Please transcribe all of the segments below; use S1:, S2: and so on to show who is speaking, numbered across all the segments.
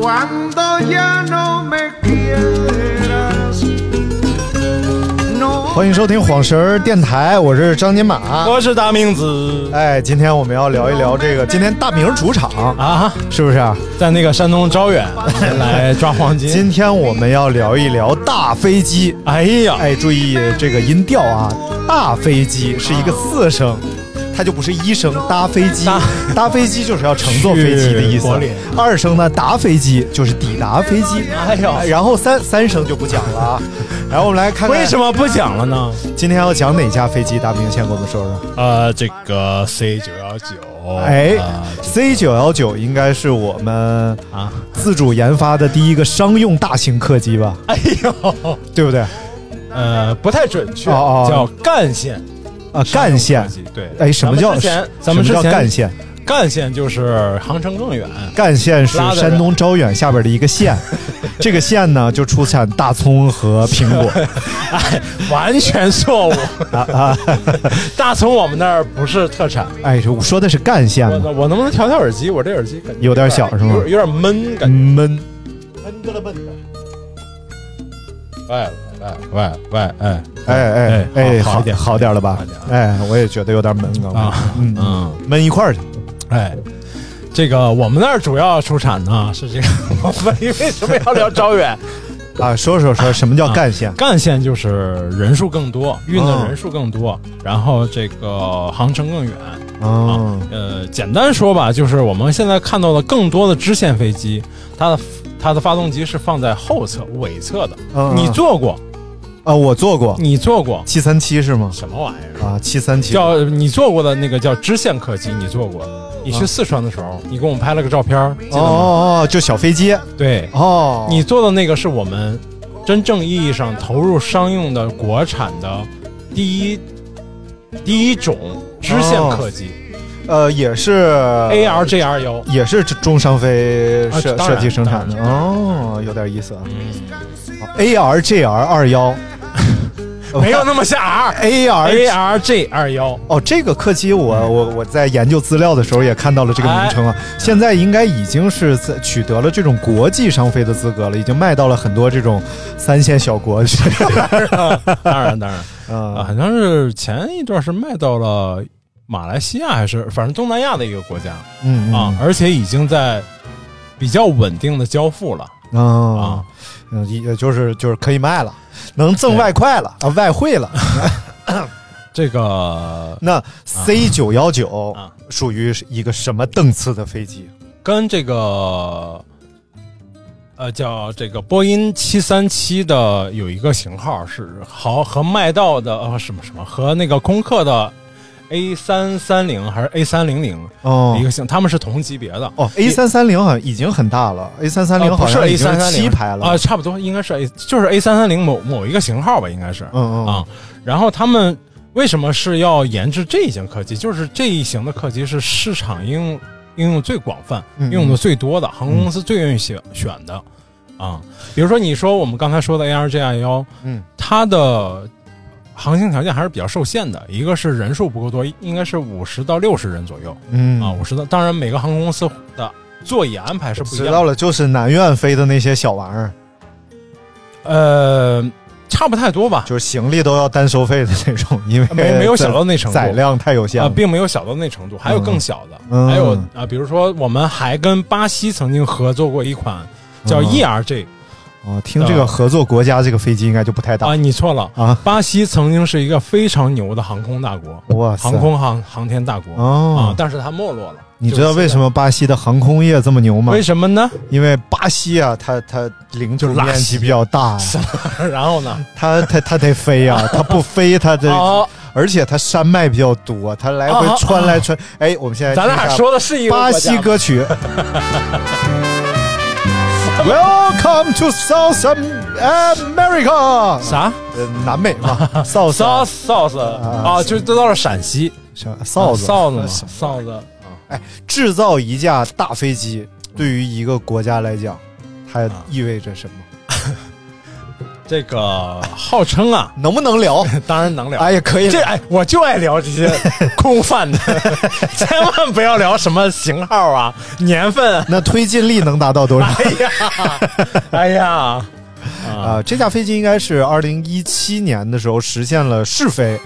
S1: Cuando ya no me quieras, no
S2: 欢迎收听晃神儿电台，我是张金马。
S3: 我是大明子
S2: 哎，今天我们要聊一聊这个，今天大明主场，
S3: 啊，
S2: 是不是？
S3: 在那个山东招远来抓黄金。
S2: 今天我们要聊一聊大飞机。
S3: 哎呀，
S2: 哎，注意这个音调啊，大飞机是一个四声。它就不是一声搭飞机
S3: 搭，
S2: 搭飞机就是要乘坐飞机的意
S3: 去
S2: 思
S3: 柏林。
S2: 二声呢，达飞机就是抵达飞机。
S3: 哎呦
S2: 然后三三声就不讲了啊。然后我们来看看
S3: 为什么不讲了呢？
S2: 今天要讲哪架飞机？大明先给我们说说。
S3: 呃，这个 C 九幺九，
S2: 哎
S3: 啊
S2: ，C 九幺九应该是我们
S3: 啊，
S2: 自主研发的第一个商用大型客机吧，
S3: 哎呦，
S2: 对不对？
S3: 呃，不太准确，
S2: 哦哦
S3: 叫干线，
S2: 啊，干线
S3: 商用客机，对
S2: 哎，什么叫
S3: 咱们之前咱们
S2: 什
S3: 之
S2: 么叫
S3: 前
S2: 干线？
S3: 干线就是航程更 远。
S2: 干线是
S3: 拉的人
S2: 山东招远下边的一个县， 这个县呢就出产大葱和苹果
S3: 哎，完全错误。
S2: 啊啊！
S3: 大葱我们那儿不是特产。
S2: 哎，我说的是干线
S3: 我
S2: 嘛，
S3: 我能不能调调耳机？我这耳机感觉
S2: 有点小是吗
S3: 有有点闷，感觉。
S2: 闷。
S3: 闷得了闷的。喂喂喂喂，哎
S2: 嗯哎哎哎，
S3: 好
S2: 好点好点了吧
S3: 好点啊？
S2: 哎，我也觉得有点闷了
S3: 啊
S2: 嗯嗯，
S3: 嗯，
S2: 闷一块儿去。
S3: 哎，这个我们那儿主要出产呢是这个， 我问你为什么要聊招远？
S2: 啊，说说说什么叫干线？
S3: 干线就是人数更多，运的人数更多，然后这个航程更远。
S2: 嗯，
S3: 呃，简单说吧，就是我们现在看到的更多的支线飞机，它的它的发动机是放在后侧、尾侧的。
S2: 嗯
S3: 你坐过？
S2: 啊，我坐过
S3: 你坐过？
S2: 七三七是吗？
S3: 什么 玩意儿？
S2: 啊，七三七
S3: 叫你做过的那个叫支线客机，你做过。你去四川的时候，你给我们拍了个照片儿，记得
S2: 哦
S3: 吗？
S2: 嗯哦哦，就小飞机
S3: 对，
S2: 哦，
S3: 你做的那个是我们真正意义上投入商用的国产的第一第一种支线客机
S2: 呃也是
S3: ARJR 幺。
S2: 也是中商飞设、
S3: 啊当
S2: 设
S3: 然
S2: 计生产的
S3: 当然，
S2: 哦，有点意思啊。A R G R 二幺
S3: 没有那么下 R。
S2: 哦 A R
S3: ARJ 二幺，
S2: 哦，这个客机
S3: 嗯
S2: 我我我在研究资料的时候也看到了这个名称啊，现在应该已经是在取得了这种国际商飞的资格了，已经卖到了很多这种三线小国 去。
S3: 当然当然，啊，
S2: 啊
S3: 好像是前一段是卖到了马来西亚还是反正东南亚的一个国家
S2: 嗯
S3: 啊，而且已经在比较稳定的交付了。
S2: 嗯啊，嗯，也就是就是可以卖了，能挣外快了啊，外汇了。
S3: 这个
S2: 那 C 九幺九
S3: 啊
S2: 属于是一个什么档次的飞机？
S3: 跟这个呃叫这个波音七三七的有一个型号是好和麦道的呃什么什么和那个空客的 A 三三零还是 A 三零零
S2: 哦
S3: 一个型，他们是同级别的。
S2: 哦，A 三三零好像已经很大了，A 三三
S3: 呃
S2: 零
S3: 不
S2: 好
S3: 是
S2: 像
S3: A
S2: 已经
S3: 三三零
S2: 七排了
S3: 啊，差不多应该是 A，就是 A 三三零某某一个型号吧，应该是。
S2: 嗯嗯
S3: 啊，然后他们为什么是要研制这一型客机？就是这一型的客机是市场应用应用最广泛、
S2: 嗯嗯嗯
S3: 应用的最多的，航空公司最愿意选选的啊。比如说，你说我们刚才说的 ARJ 幺，
S2: 嗯，
S3: 它的航行条件还是比较受限的，一个是人数不够多，应该是五十到六十人左右
S2: 嗯
S3: 啊，五十到。当然，每个航空公司的座椅安排是不一
S2: 知
S3: 样的
S2: 道。了，就是南苑飞的那些小玩意儿，
S3: 呃，差不太多吧，
S2: 就是行李都要单收费的那种，因为
S3: 啊没没有小到那程度
S2: 载量太有限
S3: 啊，
S2: 了。
S3: 并没有小到那程度，还有更小的，
S2: 嗯
S3: 还有啊，比如说我们还跟巴西曾经合作过一款叫
S2: 嗯
S3: E ERJ、
S2: 哦，听这个合作国家这个飞机应该就不太大
S3: 啊，你错了
S2: 啊
S3: 巴西曾经是一个非常牛的航空大国，
S2: 哇塞
S3: 航空航航天大国、
S2: 哦
S3: 啊，但是它没落了。
S2: 你知道为什么巴西的航空业这么牛吗
S3: 为？什么呢？
S2: 因为巴西啊，它它领土
S3: 就拉
S2: 面积
S3: 稀
S2: 比较大 呀，
S3: 然后呢？
S2: 它它它得飞呀、它不飞它这
S3: 哦，
S2: 而且它山脉比较多，它来回
S3: 哦
S2: 穿来穿。哎，我们现在
S3: 咱
S2: 听
S3: 俩
S2: 一下
S3: 说的是一个
S2: 巴
S3: 国家
S2: 西
S3: 吗
S2: 歌 曲。Welcome to South America，
S3: 啥
S2: 呃，南美嘛 ，South
S3: ？sauce sauce 啊，就都到了陕西
S2: 什么 South
S3: 臊啊子嘛
S2: 什么
S3: 臊子。
S2: 哎，制造一架大飞机，对于一个国家来讲，它意味着什么？
S3: 这个号称啊，
S2: 能不能聊？
S3: 当然 能聊。
S2: 哎呀，可以
S3: 这
S2: 聊。
S3: 哎，我就爱聊 这些空泛的， 千万不要聊什么型号啊、 年份啊。
S2: 那推进力能达到多少？
S3: 哎呀， 哎呀，
S2: 啊、这架飞机应该是二零一七年的时候实现了试飞，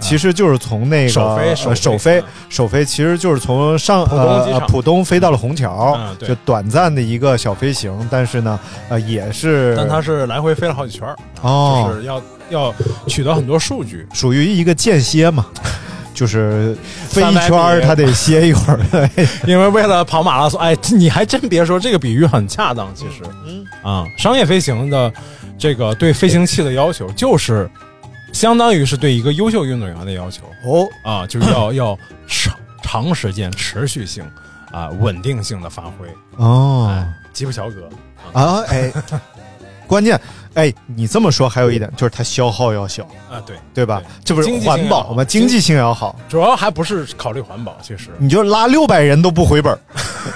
S2: 其实就是从那个
S3: 啊首飞
S2: 呃
S3: 首飞
S2: 首飞
S3: 嗯
S2: 首飞其实就是从上
S3: 浦东
S2: 呃
S3: 机
S2: 呃
S3: 场
S2: 浦东飞到了虹桥，
S3: 嗯对
S2: 就短暂的一个小飞行，但是呢，呃，也是
S3: 但它是来回飞了好几圈儿，
S2: 哦
S3: 就是要要取得很多数据。
S2: 属于一个间歇 嘛，就是飞一圈
S3: 300
S2: 儿
S3: 米
S2: 它得歇一会 儿。
S3: 因为为了跑马拉松，哎，你还真别说，这个比喻很恰当。其实，嗯啊，商业飞行的这个对飞行器的要求，就是相当于是对一个优秀运动员的要求
S2: 哦，
S3: 啊，就是 要要长长时间、持续性啊、稳定性的发挥，
S2: 哦
S3: 哎，极不乔格。
S2: 啊，哎，关键哎，你这么说还有一点就是它消耗要小，
S3: 啊，对，
S2: 对吧？这不是
S3: 经济性
S2: 环保吗？
S3: 要好
S2: 经济性要好。
S3: 主要还不是考虑环保，其实。
S2: 你就拉六百人都不回本儿，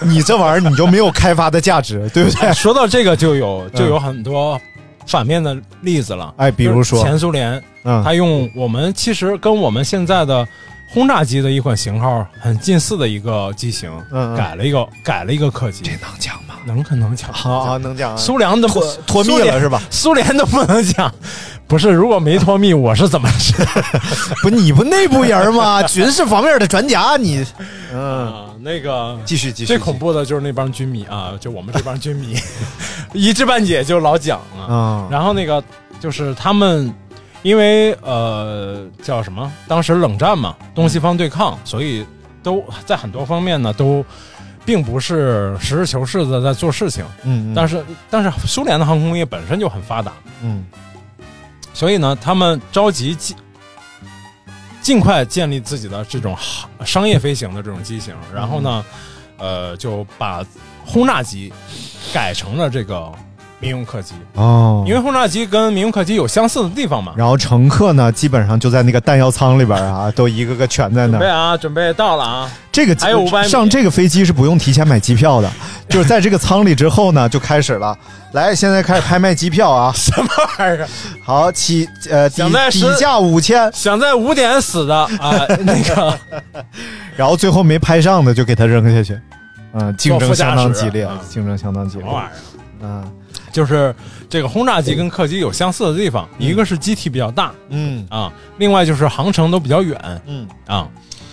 S2: 你这玩意儿你就没有开发的价值，对不对？
S3: 说到这个，就有就有很多反面的例子了。
S2: 嗯哎比如说
S3: 就是前苏联，
S2: 嗯
S3: 他用我们其实跟我们现在的轰炸机的一款型号很近似的一个机型，
S2: 嗯嗯
S3: 改了一个改了一个客机，这能讲吗？能可能讲。
S2: 好好能讲啊
S3: 苏联都不
S2: 脱脱密
S3: 苏联
S2: 了是吧
S3: 苏联都不能讲，不是？如果没脱密，我是怎么知道？
S2: 不，你不内部人儿吗？ 军事方面的专家，你嗯
S3: 啊， 那个
S2: 继续继续
S3: 最恐怖的就是那帮军迷啊，就我们这帮 军迷，一知半解就老讲了。
S2: 嗯
S3: 然后那个就是他们，因为呃叫什么，当时冷战嘛，东西方对抗，所以都在很多方面呢都。并不是实事求是的在做事情，
S2: 嗯
S3: 但
S2: 是
S3: 是但是苏联的航空业本身就很发达，
S2: 嗯
S3: 所以呢，他们着急尽尽快建立自己的这种航商业飞行的这种机型，然后呢，呃，就把轰炸机改成了这个民用客机，
S2: 哦，
S3: 因为轰炸机跟民用客机有相似的地方嘛。
S2: 然后乘客呢，基本上就在那个弹药舱里边儿啊，都一个个蜷在那
S3: 准备
S2: 儿。
S3: 啊，准备到了啊！
S2: 这个
S3: 还有500米
S2: 上这个飞机是不用提前买机票的，就是在这个舱里之后呢，就开始了。来，现在开始拍卖机票啊！
S3: 什么玩意儿？
S2: 好，起呃底
S3: 想在
S2: 底
S3: 十
S2: 价五千，
S3: 想在五点死的 啊？那个
S2: 然后最后没拍上的就给他扔下去。嗯，竞争相当激烈
S3: 做副驾驶，嗯
S2: 竞争相当激
S3: 什
S2: 烈
S3: 么。玩意儿？
S2: 嗯
S3: 就是这个轰炸机跟客机有相似的地方，一个是机体比较大
S2: 嗯
S3: 啊，另外就是航程都比较远
S2: 嗯。
S3: 啊。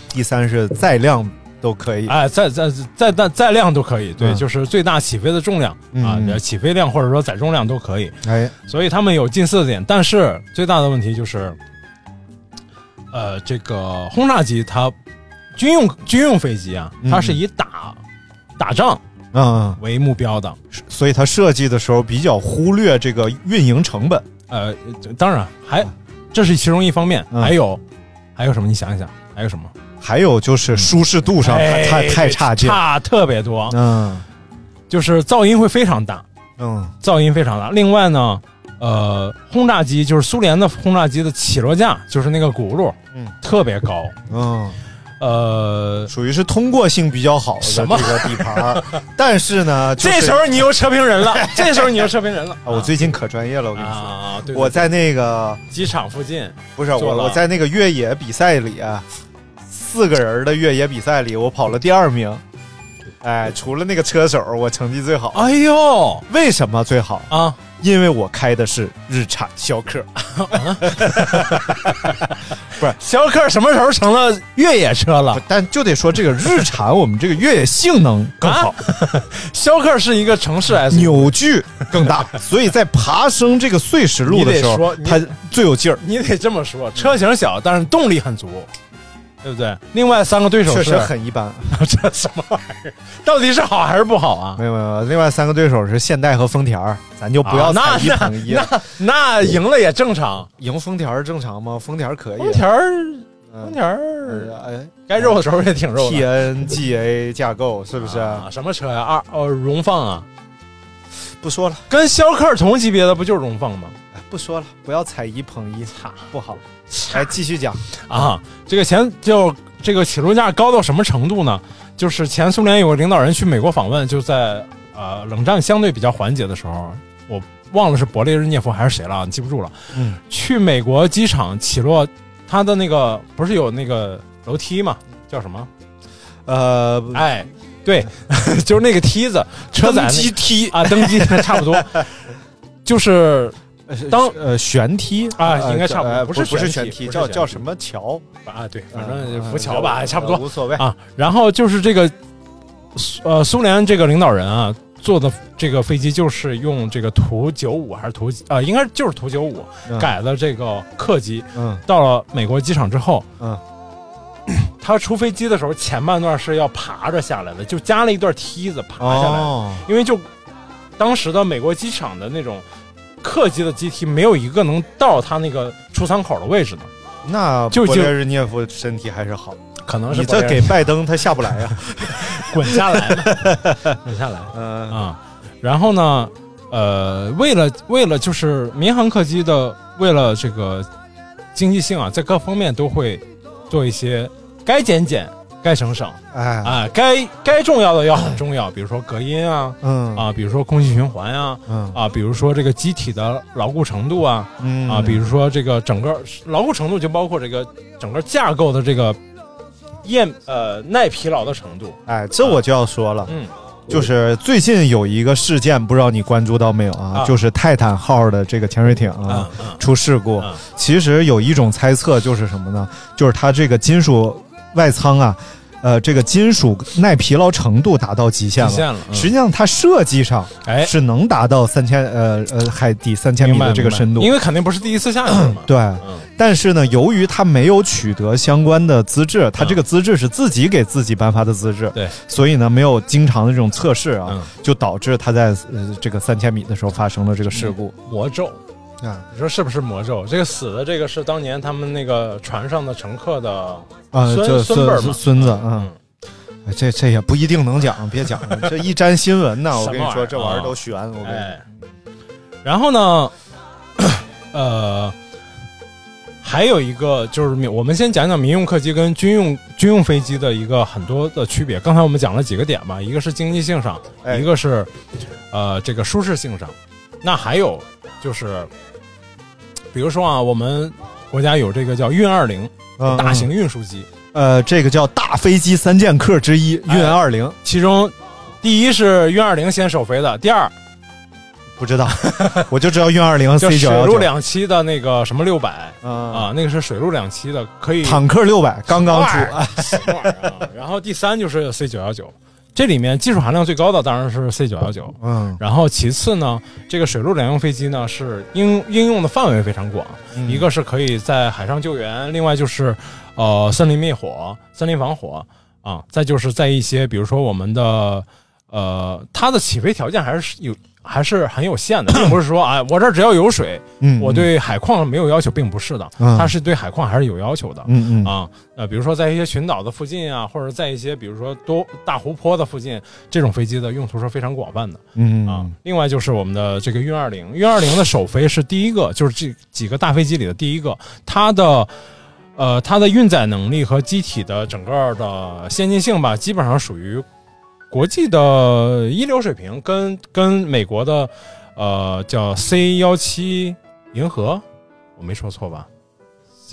S2: 第三是载量都可以。
S3: 哎，载载载载载量都可以，对，
S2: 嗯
S3: 就是最大起飞的重量啊
S2: 嗯，
S3: 起飞量或者说载重量都可以，
S2: 哎，
S3: 所以他们有近似的点，但是最大的问题就是，呃，这个轰炸机它军用军用飞机啊，它是以打、打仗
S2: 嗯，
S3: 为目标的，
S2: 所以它设计的时候比较忽略这个运营成本。
S3: 呃，当然还这是其中一方面，
S2: 嗯
S3: 还有还有什么？你想一想，还有什么？
S2: 还有就是舒适度上
S3: 哎
S2: 太太差劲。
S3: 差特别多，
S2: 嗯
S3: 就是噪音会非常大。
S2: 嗯
S3: 噪音非常大。另外呢，呃，轰炸机就是苏联的轰炸机的起落架，就是那个轱辘，
S2: 嗯，
S3: 特别高。
S2: 嗯，
S3: 呃，
S2: 属于是通过性比较好的这
S3: 什么
S2: 个底盘儿，但是呢，就是
S3: 这时候你又扯平人了，这时候你又扯平人了。
S2: 啊我最近可专业了，我跟你说，
S3: 啊，对，对
S2: 我在那个
S3: 对机场附近，
S2: 不是
S3: 做
S2: 我，
S3: 了
S2: 我在那个越野比赛里啊，四个人的越野比赛里，我跑了第二名。哎，除了那个车手，我成绩最好。
S3: 哎呦
S2: 为什么最好？
S3: 啊，
S2: 因为我开的是日产逍客。不是，
S3: 逍客什么时候成了越野车了？
S2: 但就得说这个日产，我们这个越野性 能更好，
S3: 啊逍客是一个城市 S，
S2: 扭矩更大，所以在爬升这个碎石路的时
S3: 你得
S2: 候
S3: 说，你
S2: 它最有劲儿。
S3: 你得这么说，车型小，但是动力很足，对不对？另外三个对手
S2: 确
S3: 是
S2: 实很一般，
S3: 这什么玩意儿？到底是好还是不好啊？
S2: 没有没有。另外三个对手是现代和丰田儿，咱就不要
S3: 啊那
S2: 踩一捧一了。
S3: 那那赢了也正常。
S2: 赢丰田儿正常吗？丰田儿可以，啊
S3: 丰田儿，
S2: 嗯
S3: 丰田儿
S2: 呃
S3: 该肉的时候也挺肉的。
S2: TNGA 架构是不是？
S3: 啊，什么车呀、二哦，荣放啊，
S2: 不说了，
S3: 跟逍客同级别的不就是荣放吗？
S2: 不说了，不要踩一捧一，不好。来继续讲，
S3: 啊，这个前就这个起落架高到什么程度呢？就是前苏联有个领导人去美国访问，就在呃冷战相对比较缓解的时候，我忘了是勃列日涅夫还是谁了，啊记不住了。
S2: 嗯，
S3: 去美国机场起落，他的那个不是有那个楼梯吗？叫什么？
S2: 呃，
S3: 哎，对， 就是那个梯子，车载那
S2: 机梯
S3: 啊，登机差 不多，就是当
S2: 呃悬梯
S3: 啊
S2: 呃
S3: 应该差不多
S2: 呃
S3: 不
S2: 不
S3: 是
S2: 是
S3: 悬
S2: 悬
S3: 梯不是
S2: 叫
S3: 悬梯
S2: 叫什么桥？
S3: 啊，对，反正
S2: 嗯
S3: 就浮桥吧，
S2: 呃
S3: 差不多。
S2: 无所谓。
S3: 啊，然后就是这个，苏呃，苏联这个领导人啊坐的这个飞机就是用这个图九五还是图啊、应该就是图九五
S2: 嗯
S3: 改的这个客机，
S2: 嗯
S3: 到了美国机场之后，
S2: 嗯，
S3: 他出飞机的时候前半段是要爬着下来的，就加了一段梯子爬下来的，
S2: 哦，
S3: 因为就当时的美国机场的那种客机的机梯没有一个能到他那个出舱口的位置的，
S2: 那
S3: 就
S2: 勃
S3: 就
S2: 列日涅夫身体还是好，
S3: 可能是
S2: 你
S3: 保
S2: 这
S3: 洁
S2: 给拜登他下不来啊呀。
S3: 滚下来了， 滚下来。
S2: 嗯
S3: 啊，然后呢，呃，为了为了就是民航客机的为了这个经济性啊，在各方面都会做一些该减减，该省省
S2: 哎
S3: 啊，该该重要的要很重要，比如说隔音啊
S2: 嗯
S3: 啊，比如说空气循环啊。
S2: 嗯
S3: 啊，比如说这个机体的牢固程度啊，
S2: 嗯
S3: 啊，比如说这个整个牢固程度就包括这个整个架构的这个厌呃耐疲劳的程度，
S2: 哎，这我就要说了，
S3: 嗯，
S2: 就是最近有一个事件，不知道你关注到没有啊？
S3: 啊
S2: 就是泰坦号的这个潜水艇
S3: 嗯
S2: 啊、
S3: 嗯
S2: 出事故，
S3: 嗯
S2: 其实有一种猜测就是什么呢？就是它这个金属外舱啊，呃，这个金属耐疲劳程度达到极限了。
S3: 极限了嗯
S2: 实际上，它设计上
S3: 哎
S2: 是能达到三千呃呃海底三千
S3: 明
S2: 米
S3: 白
S2: 的这个
S3: 明白
S2: 深度，
S3: 因为肯定不是第一次下去了嘛
S2: 。对，
S3: 嗯，
S2: 但是呢，由于他没有取得相关的资质，他这个资质是自己给自己颁发的资质，
S3: 嗯对，
S2: 所以呢，没有经常的这种测试啊，
S3: 嗯
S2: 就导致他在呃这个三千米的时候发生了这个事故
S3: 魔咒，
S2: 啊
S3: 你说是不是魔咒？这个死的这个是当年他们那个船上的乘客的
S2: 啊，
S3: 孙
S2: 这
S3: 孙辈儿嘛
S2: 孙孙子啊
S3: 嗯，
S2: 哎这这也不一定能讲，别讲了，这一沾新闻呢， 我
S3: 什么
S2: 跟你
S3: 玩意儿
S2: 说这玩意儿都悬，我跟你
S3: 哎
S2: 说，。
S3: 然后呢， 呃，还有一个就是民我们先讲讲民用客机跟军用军用飞机的一个很多的区别。刚才我们讲了几个点吧，一个是经济性上，
S2: 哎
S3: 一个是呃这个舒适性上。那还有就是，比如说啊，我们国家有这个叫运二零
S2: 嗯
S3: 大型运输机，
S2: 呃，这个叫大飞机三剑客之一
S3: 哎
S2: 运二零，
S3: 其中第一是运二零先首飞的，第二
S2: 不 知道，我就知道运二零
S3: 叫
S2: C
S3: 水
S2: 九幺
S3: 陆
S2: 九
S3: 两栖的那个什么六百
S2: 啊
S3: 啊，那个是水陆两栖的，可以
S2: 坦克六百刚刚出。
S3: 什 么玩意儿啊？然后第三就是 C 九幺九，这里面技术含量最高的当然是 C 九幺九。
S2: 嗯，
S3: 然后其次呢，这个水陆两用飞机呢是应应用的范围非常广，
S2: 嗯
S3: 一个是可以在海上救援，另外就是呃森林灭火、森林防火啊，再就是在一些比如说我们的呃它的起飞条件还是有还是很有限的，并不是说哎我这儿只要有水，
S2: 嗯
S3: 我对海况没有要求，并不是的，
S2: 嗯
S3: 它是对海况还是有要求的，
S2: 嗯嗯
S3: 啊，呃，比如说在一些群岛的附近啊，或者在一些比如说多大湖泊的附近，这种飞机的用途是非常广泛的
S2: 嗯
S3: 啊。另外就是我们的这个运二零，运二零的首飞是第一个，就是这几个大飞机里的第一个，它的。呃，它的运载能力和机体的整个的先进性吧，基本上属于国际的一流水平，跟跟美国的呃叫 C 幺七银河，我没说错吧？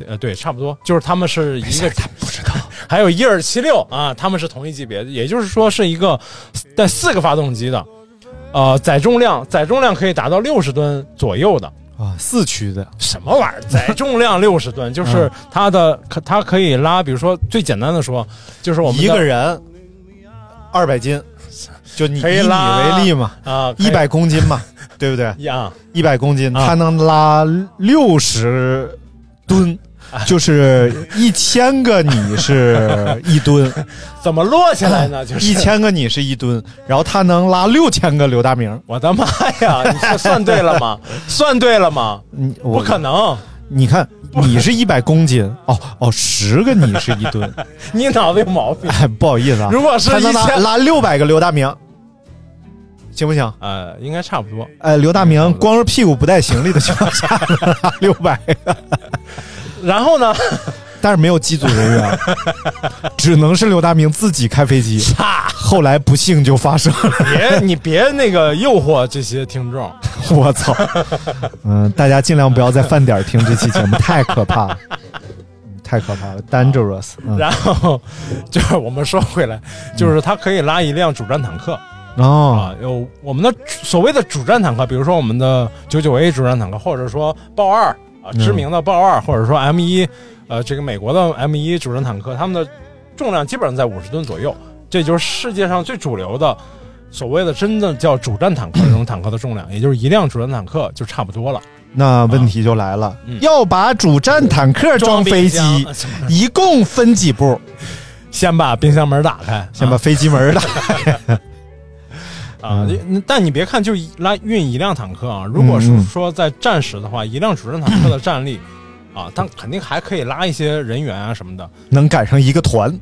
S3: 呃，对，差不多，就是他们是一个，他不知道， 还有一二七六啊，他们是同一级别的，也就是说是一个带四个发动机的，呃，载重量载重量可以达到六十吨左右的。
S2: 啊，四驱的
S3: 什么玩意儿？
S2: 嗯
S3: 载重量六十吨，就是它的，可它可以拉，比如说最简单的说，就是我们的
S2: 一个人二百斤，就你
S3: 可以
S2: 以你
S3: 拉
S2: 为例嘛，
S3: 啊，可以
S2: 一百公斤嘛，对不对？
S3: 呀，
S2: 一百公斤，
S3: 啊
S2: 它能拉六十吨，
S3: 啊
S2: 就是一千个你是一吨，
S3: 怎么落下来呢？ 就是
S2: 啊一，千个你是一吨，然后它能拉六千个刘大明。
S3: 我的妈 呀！你这算对了吗？算对了吗？
S2: 你我
S3: 不可能，
S2: 你看，你是一百公斤，哦哦，十个你是一吨，
S3: 你脑子有毛病。
S2: 哎，不好意思啊。
S3: 如果是
S2: 他能
S3: 一
S2: 拉
S3: 千
S2: 拉六百个刘大明，行不行？
S3: 呃，应该差不多。
S2: 呃，刘大明光是屁股不带行李的情况下， 拉六百个，
S3: 然后呢？
S2: 但是没有机组人 员，只能是刘大明自己开飞机。后来不幸就发生了，
S3: 别你别那个诱惑这些听众。
S2: 我操！ 嗯、大家尽量不要在饭点儿听这期节目，太可怕了，嗯太可怕了，dangerous、嗯。
S3: 然后就是我们说回来，就是它可以拉一辆主战坦克
S2: 哦，
S3: 啊，有我们的所谓的主战坦克，比如说我们的九九 A 主战坦克，或者说豹二啊，
S2: 嗯
S3: 知名的豹二，或者说 M 一，呃，这个美国的 M 一主战坦克，他们的重量基本上在五十吨左右，这就是世界上最主流的。所谓的真的叫主战坦克，这种坦克的重量，也就是一辆主战坦克就差不多了。
S2: 那问题就来了，
S3: 嗯
S2: 要把主战坦克装飞机，
S3: 装冰
S2: 一共分几步？
S3: 先把冰箱门打开，
S2: 先把飞机门 打开。
S3: 啊，
S2: 嗯
S3: 你你但你别看就一拉运一辆坦克啊，如果
S2: 嗯
S3: 是
S2: 嗯
S3: 说在战时的话，一辆主战坦克的战力啊，它肯定还可以拉一些人员啊什么的，
S2: 能赶上一个团。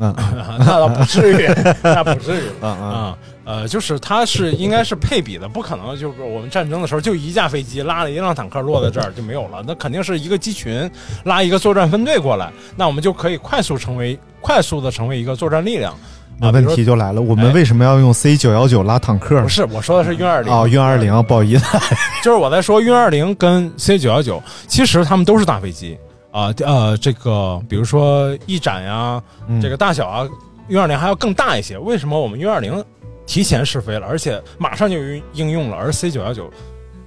S2: 嗯
S3: 啊那倒不至于， 那不至于
S2: 嗯嗯，
S3: 啊。呃，就是它是应该是配比的，不可能就是我们战争的时候就一架飞机拉了一辆坦克落在这儿就没有了，那肯定是一个机群拉一个作战分队过来，那我们就可以快速成为快速的成为一个作战力量。
S2: 那
S3: 啊，
S2: 问
S3: 比如
S2: 题
S3: 说
S2: 就来了，我们为什么要用 C 九幺九拉坦克
S3: 不？是我说的是运二零
S2: 哦，运二零，不好意思，
S3: 就是我在说运二零跟 C 九幺九，其实他们都是大飞机啊、呃，这个比如说翼展呀、
S2: 嗯
S3: 这个大小啊，运二零还要更大一些。为什么我们运二零提前试飞了，而且马上就应应用了，而 C 九幺九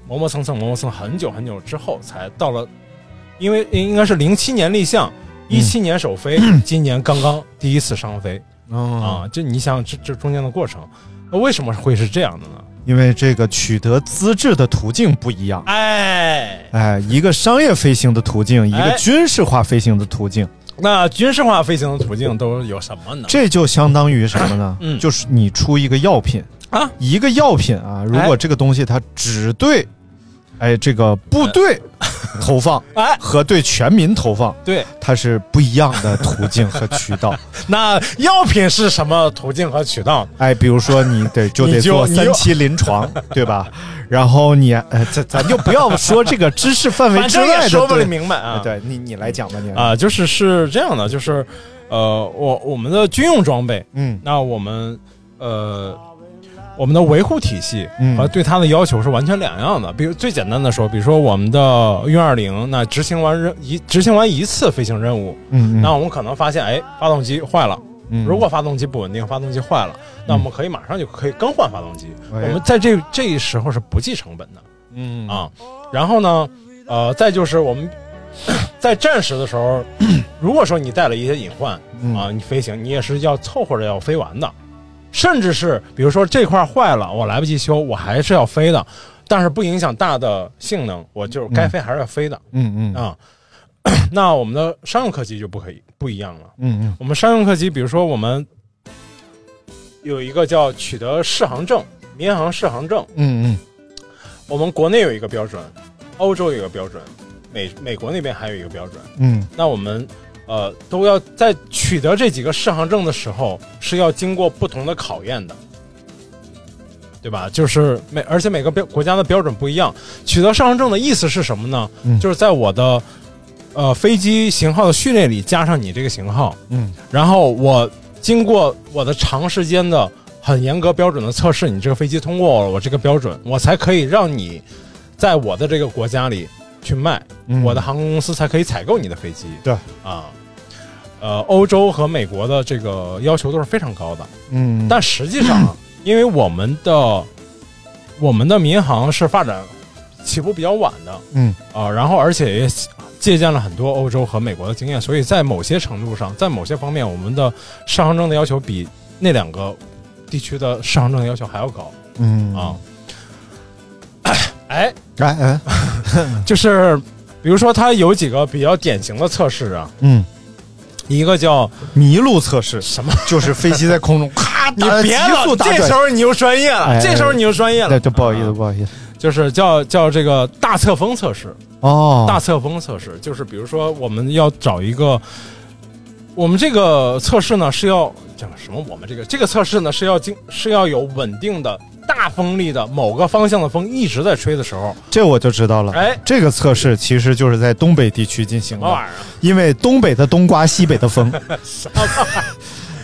S3: 磨磨蹭蹭磨磨蹭很久很久之后才到了，因为应该是零七年立项，一七年首飞， 今年刚刚第一次商飞
S2: 啊
S3: 啊，，这你想这这中间的过程，那为什么会是这样的呢？
S2: 因为这个取得资质的途径不一样。
S3: 哎。
S2: 哎，一个商业飞行的途径，一个
S3: 哎
S2: 军事化飞行的途径，
S3: 那军事化飞行的途径都有什么呢？
S2: 这就相当于什么呢？
S3: 嗯
S2: 就是你出一个药品
S3: 啊，
S2: 一个药品啊，如果这个东西它只对，哎，这个部队投放
S3: 哎，
S2: 和对全民投放，
S3: 对，
S2: 它是不一样的途径和渠 道。
S3: 那药品是什么途径和渠道？
S2: 哎，比如说你得就得
S3: 你就
S2: 做
S3: 你就
S2: 三期临床，对吧？然后你，呃，咱咱就不要说这个知识范围
S3: 反
S2: 之
S3: 正
S2: 外
S3: 也
S2: 的，
S3: 说不
S2: 对
S3: 明白
S2: 哎
S3: 啊。
S2: 对你你来讲吧，你
S3: 啊，就是是这样的，就是呃，我我们的军用装备，
S2: 嗯
S3: 那我们呃。我们的维护体系
S2: 嗯
S3: 和对它的要求是完全两样的。比如最简单的说，比如说我们的运二零，那执行完任一执行完一次飞行任务，
S2: 嗯嗯
S3: 那我们可能发现，哎，发动机坏了，
S2: 嗯
S3: 如果发动机不稳定，发动机坏了，那我们可以马上就可以更换发动机。我
S2: 哎
S3: 们在这这时候是不计成本的
S2: 嗯
S3: 啊。然后呢，呃，再就是我们 在战时的时候， 如果说你带了一些隐患
S2: 嗯
S3: 啊，你飞行你也是要凑合着要飞完的，甚至是比如说这块坏了，我来不及修，我还是要飞的，但是不影响大的性能，我就是该飞还是要飞的
S2: 嗯嗯
S3: 啊。 那我们的商用客机就不可以不一样了。
S2: 嗯嗯
S3: 我们商用客机，比如说我们有一个叫取得适航证、民航适航证，
S2: 嗯嗯
S3: 我们国内有一个标准，欧洲有一个标准，美美国那边还有一个标准。
S2: 嗯
S3: 那我们呃都要在取得这几个适航证的时候，是要经过不同的考验的，对吧？就是每而且每个标国家的标准不一样。取得适航证的意思是什么呢？
S2: 嗯
S3: 就是在我的呃飞机型号的序列里加上你这个型号，
S2: 嗯，
S3: 然后我经过我的长时间的很严格标准的测试，你这个飞机通过了我这个标准，我才可以让你在我的这个国家里去卖，
S2: 嗯
S3: 我的航空公司才可以采购你的飞机。
S2: 对
S3: 啊，呃，欧洲和美国的这个要求都是非常高的，
S2: 嗯，
S3: 但实际上啊，因为我们的我们的民航是发展起步比较晚的，
S2: 嗯
S3: 啊，然后而且也借鉴了很多欧洲和美国的经验，所以在某些程度上，在某些方面，我们的上航证的要求比那两个地区的上航证的要求还要高
S2: 嗯
S3: 啊。 哎，
S2: 哎哎
S3: 就是比如说，它有几个比较典型的测试啊，
S2: 嗯，
S3: 一个叫
S2: 麋鹿测试
S3: 什么？
S2: 就是飞机在空中咔，
S3: 你别
S2: 打急
S3: 老，
S2: 速打
S3: 这
S2: 转
S3: 时候你就专业
S2: 哎
S3: 了，这时候你就专业
S2: 对，
S3: 了。
S2: 这不好意思，
S3: 啊
S2: 不好意思。
S3: 就是叫叫这个大侧风测试，
S2: 哦，
S3: 大侧风测试就是比如说我们要找一个，我们这个测试呢是要叫什么？我们这个这个测试呢是要经是要有稳定的大风力的某个方向的风一直在吹的时候，
S2: 这我就知道了。
S3: 哎
S2: 这个测试其实就是在东北地区进行
S3: 什么玩
S2: 的，
S3: 意儿啊？
S2: 因为东北的冬刮西北的 风。
S3: 啊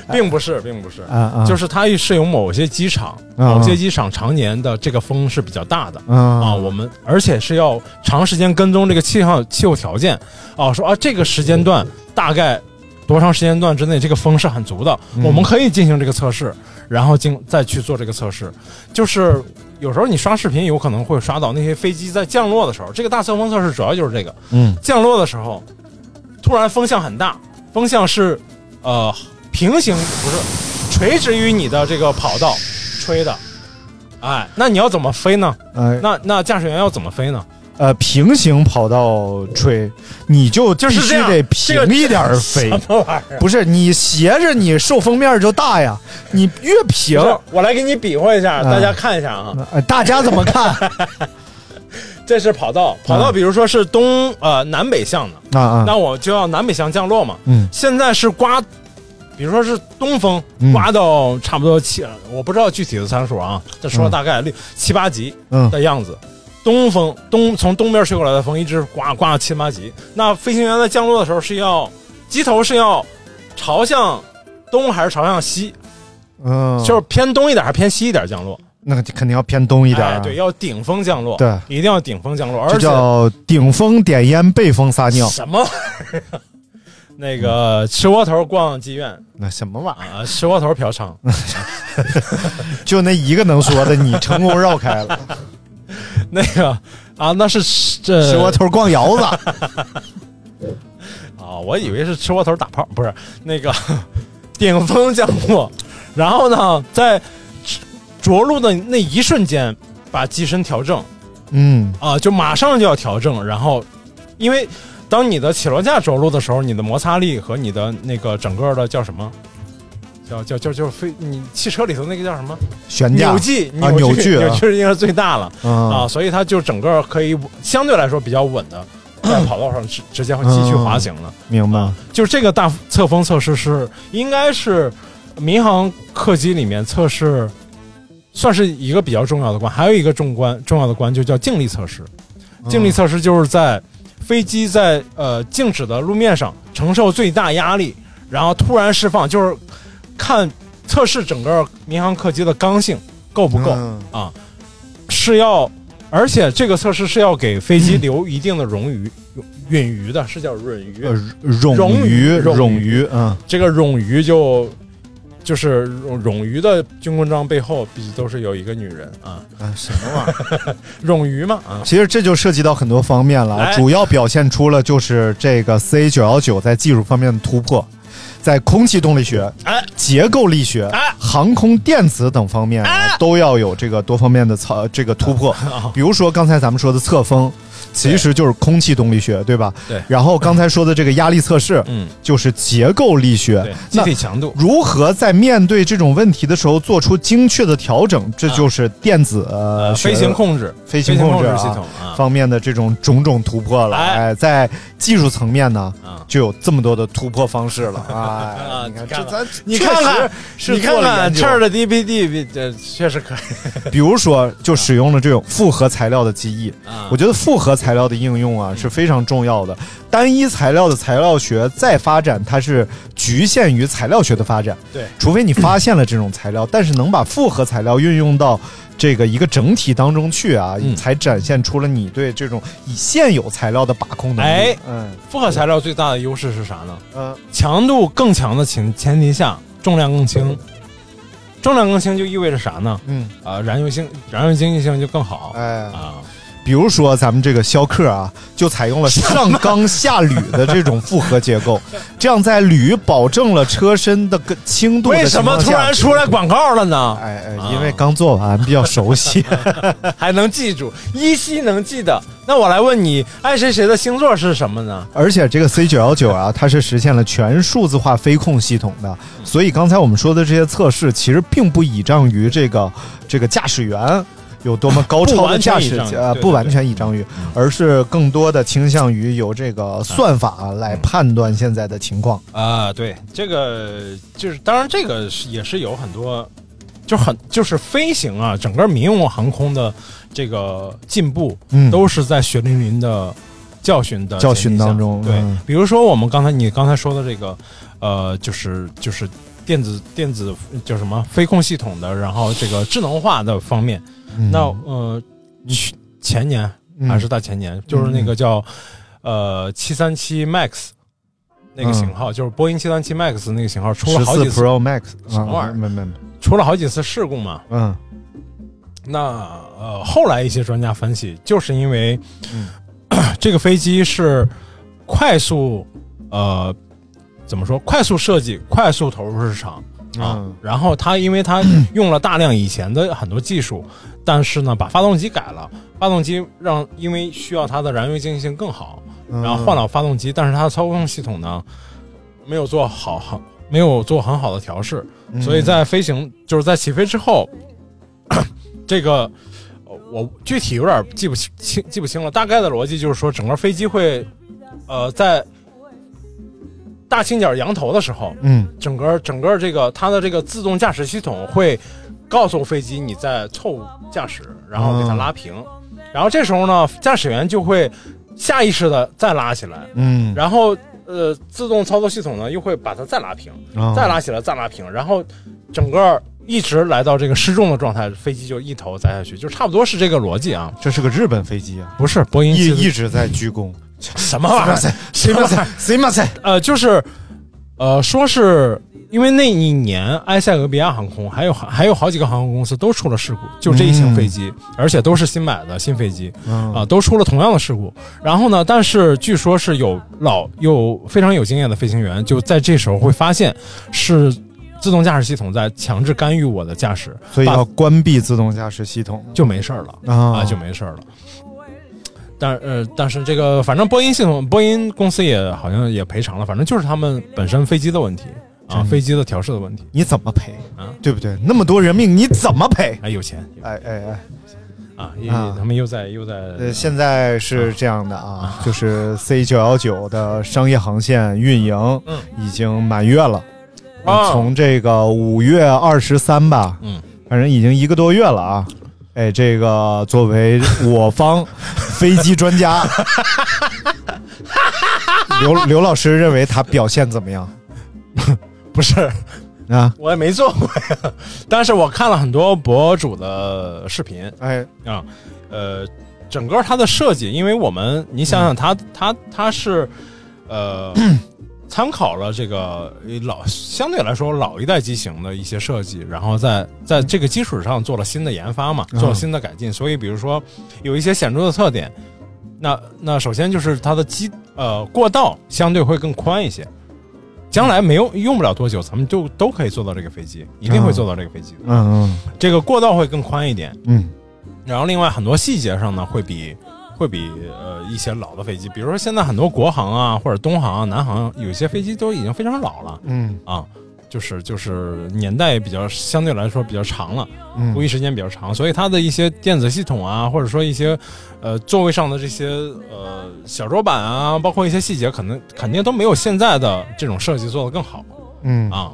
S3: 并不是，并不是，
S2: 啊啊
S3: 就是它是有某些机场，
S2: 啊
S3: 某些机场常年的这个风是比较大的。啊，
S2: 嗯
S3: 我们而且是要长时间跟踪这个气象气候条件啊，说啊这个时间段大概多长时间段之内这个风是很足的，我们可以进行这个测试，然后进再去做这个测试。就是有时候你刷视频有可能会刷到那些飞机在降落的时候，这个大侧风测试主要就是这个
S2: 嗯
S3: 降落的时候，突然风向很大，风向是呃平行不是垂直于你的这个跑道吹的，哎，那你要怎么飞呢？
S2: 呃
S3: 那那驾驶员要怎么飞呢？
S2: 呃，平行跑道吹，你就必
S3: 就是
S2: 须
S3: 这样
S2: 得
S3: 这个
S2: 平一 点儿飞。
S3: 么玩意儿？
S2: 不是你斜着你受风面就大呀，你越平
S3: 不，是，我来给你比划一下，
S2: 嗯
S3: 大家看一下啊。
S2: 呃大家怎么看
S3: 这是跑道，跑道
S2: 嗯
S3: 比如说是东呃南北向的，
S2: 啊啊？
S3: 那我就要南北向降落嘛。
S2: 嗯
S3: 现在是刮，比如说是东风
S2: 嗯
S3: 刮到差不多七，我不知道具体的参数啊，这说了大概六七八级
S2: 嗯
S3: 的样子。东风东从东边吹过来的风一直刮刮到七八级，那飞行员在降落的时候是要机头是要朝向东还是朝向西？
S2: 嗯，
S3: 就是偏东一点还是偏西一点降落？
S2: 那个肯定要偏东一点啊
S3: 哎，
S2: 儿，
S3: 对，要顶风降落，
S2: 对
S3: 一定要顶风降落，而
S2: 这
S3: 且
S2: 叫顶风点烟，背风撒尿，
S3: 什么玩意儿 啊？那个吃窝头逛妓院
S2: 那什么玩意
S3: 啊，吃窝头嫖娼，
S2: 儿？就那一个能说的，你成功绕开 了，
S3: 那个啊，那是吃这
S2: 是窝头逛窑 子，
S3: 啊，我以为是吃窝头打炮，不是那个顶风降落，然后呢，在着陆的那一瞬间把机身调正，
S2: 嗯
S3: 啊，就马上就要调整，然后因为当你的起落架着陆的时候，你的摩擦力和你的那个整个的叫什么？叫叫叫就飞，你汽车里头那个叫什么？
S2: 悬架
S3: 扭矩，
S2: 啊
S3: 扭
S2: 扭矩
S3: 扭矩应该是最大了、啊，
S2: 啊
S3: 所以它就整个可以相对来说比较稳的，在跑道上直直接会继续滑行了。
S2: 明白？
S3: 就是这个大侧风测试是应该是民航客机里面测试，算是一个比较重要的关，还有一个重关重要的关就叫静力测试。静力测试就是在飞机在呃静止的路面上承受最大压力，然后突然释放，就是看测试整个民航客机的刚性够不够、
S2: 嗯
S3: 啊，是要，而且这个测试是要给飞
S2: 嗯
S3: 机留一定的冗余。冗余的是叫冗余，
S2: 呃，冗
S3: 冗
S2: 余
S3: 余
S2: 冗
S3: 冗
S2: 余，嗯，
S3: 这个冗余就就是冗冗余的军功章背后必都是有一个女人啊，
S2: 啊什么玩意儿？
S3: 冗余嘛啊，
S2: 其实这就涉及到很多方面了啊，
S3: 哎
S2: 主要表现出了就是这个 C 九幺九在技术方面的突破，在空气动力学、
S3: 哎
S2: 结构力学、
S3: 哎
S2: 航空电子等方面啊，都要有这个多方面的操这个突 破。
S3: 哦
S2: 比如说刚才咱们说的侧风，其实就是空气动力学，对吧？
S3: 对
S2: 然后刚才说的这个压力测试，
S3: 嗯，
S2: 就是结构力学
S3: 对，。机
S2: 那
S3: 体强度
S2: 如何在面对这种问题的时候做出精确的调整，这就是电子、呃
S3: 呃
S2: 学
S3: 飞行控制
S2: 飞行
S3: 行
S2: 控制
S3: 制
S2: 啊
S3: 系统啊，
S2: 方面的这种种种突破了。
S3: 哎
S2: 哎，在技术层面呢
S3: 啊，
S2: 就有这么多的突破方式 了。哎，
S3: 啊
S2: 你看
S3: 你
S2: 这咱
S3: 看你看
S2: 确
S3: 看
S2: 实
S3: 你
S2: 是
S3: 看
S2: 做了
S3: 看
S2: 研
S3: 这儿
S2: 究。
S3: 的 DPD 比这确实可以
S2: 比如说，就使用了这种复合材料的机翼。
S3: 啊
S2: 我觉得复合材料的应用啊是非常重要的。单一材料的材料学再发展，它是局限于材料学的发展。
S3: 对
S2: 除非你发现了这种材料，但是能把复合材料运用到这个一个整体当中去啊，
S3: 嗯
S2: 才展现出了你对这种以现有材料的把控能力。
S3: 哎
S2: 嗯
S3: 复合材料最大的优势是啥呢？
S2: 嗯
S3: 强度更强的前前提下，重量更轻，重量更轻就意味着啥呢？
S2: 嗯
S3: 啊，燃油性燃油经济性就更好
S2: 哎，
S3: 啊。
S2: 比如说咱们这个逍客啊，就采用了上钢下铝的这种复合结 构，这样在铝保证了车身的跟轻度的
S3: 为
S2: 情
S3: 什
S2: 况
S3: 么
S2: 下。
S3: 突然出来啊广告了呢？
S2: 哎哎，因为刚做完，比较熟悉。
S3: 还能记住，依稀能记得。那我来问你，爱谁谁的星座是什么呢？
S2: 而且这个 C 九幺九啊，它是实现了全数字化飞控系统的，所以刚才我们说的这些测试，其实并不倚仗于这个这个驾驶员有多么高超的驾驶
S3: 不完全倚仗于
S2: 呃
S3: 对嗯
S2: 不完全倚仗于，而是更多的倾向于由这个算法来判断现在的情况。
S3: 啊，对，这个就是，当然这个是也是有很多，就很就是飞行啊，整个民用航空的这个进步，
S2: 嗯
S3: 都是在血淋淋的教训的
S2: 教
S3: 前提
S2: 训
S3: 下
S2: 当中
S3: 对，
S2: 嗯
S3: 比如说我们刚才你刚才说的这个，呃，就是就是电子电子叫什么飞控系统的，然后这个智能化的方面，
S2: 嗯
S3: 那呃，去前年还是大前年，就
S2: 嗯
S3: 是那个叫呃七三七 MAX 那个型号，就是波音七三七 MAX 那个型号，出了
S2: 嗯十
S3: 好
S2: 四
S3: 几次，
S2: Pro Max
S3: 什么玩意儿
S2: 啊没没没，
S3: 出了好几次事故嘛。
S2: 嗯
S3: 那呃，后来一些专家分析，就是因为、
S2: 嗯
S3: 这个飞机是快速呃怎么说，快速设计，快速投入市场。啊
S2: 嗯，
S3: 然后它因为 它用了大量以前的很多技术，但是呢，把发动机改了，发动机让因为需要它的燃油经济性更好，
S2: 嗯
S3: 然后换了发动机，但是它的操控系统呢没有做好很没有做很好的调试，所以在飞行就是在起飞之后， 这个呃我具体有点记不清清记不清了，大概的逻辑就是说，整个飞机会呃在大倾角扬头的时候，
S2: 嗯
S3: 整个整个这个它的这个自动驾驶系统会告诉飞机你在错误驾驶，然后给它拉平，然后这时候呢，驾驶员就会下意识的再拉起来，
S2: 嗯，
S3: 然后呃，自动操作系统呢又会把它再拉平，
S2: 哦
S3: 再拉起来，再拉平，然后整个一直来到这个失重的状态，飞机就一头栽下去，就差不多是这个逻辑啊，
S2: 这是个日本飞机啊，
S3: 不是波音
S2: 一
S3: 七
S2: 一直在鞠 躬。
S3: 什么玩意儿？
S2: 谁 嘛塞，谁嘛塞，
S3: 呃，就是呃，说是因为那一年埃塞俄比亚航空还有还有好几个航空公司都出了事故，就这一型飞机，而且都是新买的新飞机
S2: 嗯
S3: 啊、都出了同样的事故。然后呢，但是据说是有老有非常有经验的飞行员，就在这时候会发现是。自动驾驶系统在强制干预我的驾驶，
S2: 所以
S3: 把
S2: 要关闭自动驾驶系统
S3: 就没事儿了。
S2: 啊
S3: 啊就没事儿了。但呃，但是这个反正波音系统，波音公司也好像也赔偿了，反正就是他们本身飞机的问题啊，
S2: 嗯
S3: 飞机的调试的问题
S2: 你怎么赔
S3: 啊
S2: 对不对？那么多人命，你怎么赔？
S3: 啊，有钱
S2: 哎哎哎，
S3: 啊，因
S2: 啊
S3: 为他们又在又在
S2: 呃，现在是这样的啊，就是 C 九幺九的商业航线运营
S3: 嗯
S2: 已经满月了，
S3: 啊
S2: 从这个五月二十三吧，
S3: 嗯，
S2: 反正已经一个多月了啊。哎，这个作为我 方飞机专家，刘刘老师认为他表现怎么样
S3: 不是
S2: 啊？
S3: 我也没做过呀， 但是我看了很多博主的视频
S2: 哎，
S3: 啊，呃，整个它的设计，因为我们你想想它，它它是呃。参考了这个呃老相对来说老一代机型的一些设计，然后在在这个基础上做了新的研发嘛，做了新的改进。所以，比如说有一些显著的特点，那那首先就是它的机呃过道相对会更宽一些。将来没用用不了多久，咱们就都可以做到这个飞机，一定会做到这个飞机的。
S2: 嗯
S3: 这个过道会更宽一点，
S2: 嗯嗯
S3: 然后另外很多细节上呢，会比会比呃一些老的飞机，比如说现在很多国航啊，或者东航啊、南航，有些飞机都已经非常老了
S2: 嗯
S3: 啊，就是就是年代也比较相对来说比较长了，
S2: 嗯
S3: 服役时间比较长，所以它的一些电子系统啊，或者说一些呃座位上的这些呃小桌板啊，包括一些细节，可能肯定都没有现在的这种设计做得更好。
S2: 嗯
S3: 啊。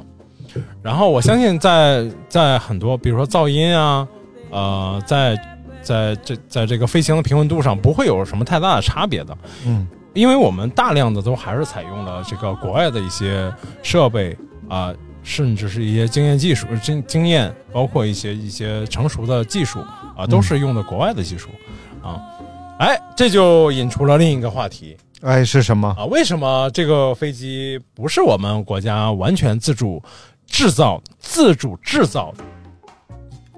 S3: 然后我相信在在很多，比如说噪音啊，呃，在在这在这个飞行的平稳度上，不会有什么太大的差别的，
S2: 嗯
S3: 因为我们大量的都还是采用了这个国外的一些设备啊、甚至是一些经验技术、经经验，包括一些一些成熟的技术啊、都
S2: 嗯
S3: 是用的国外的技术啊。哎，这就引出了另一个话题，
S2: 哎，是什么？
S3: 啊，为什么这个飞机不是我们国家完全自主制造的、自主制造的，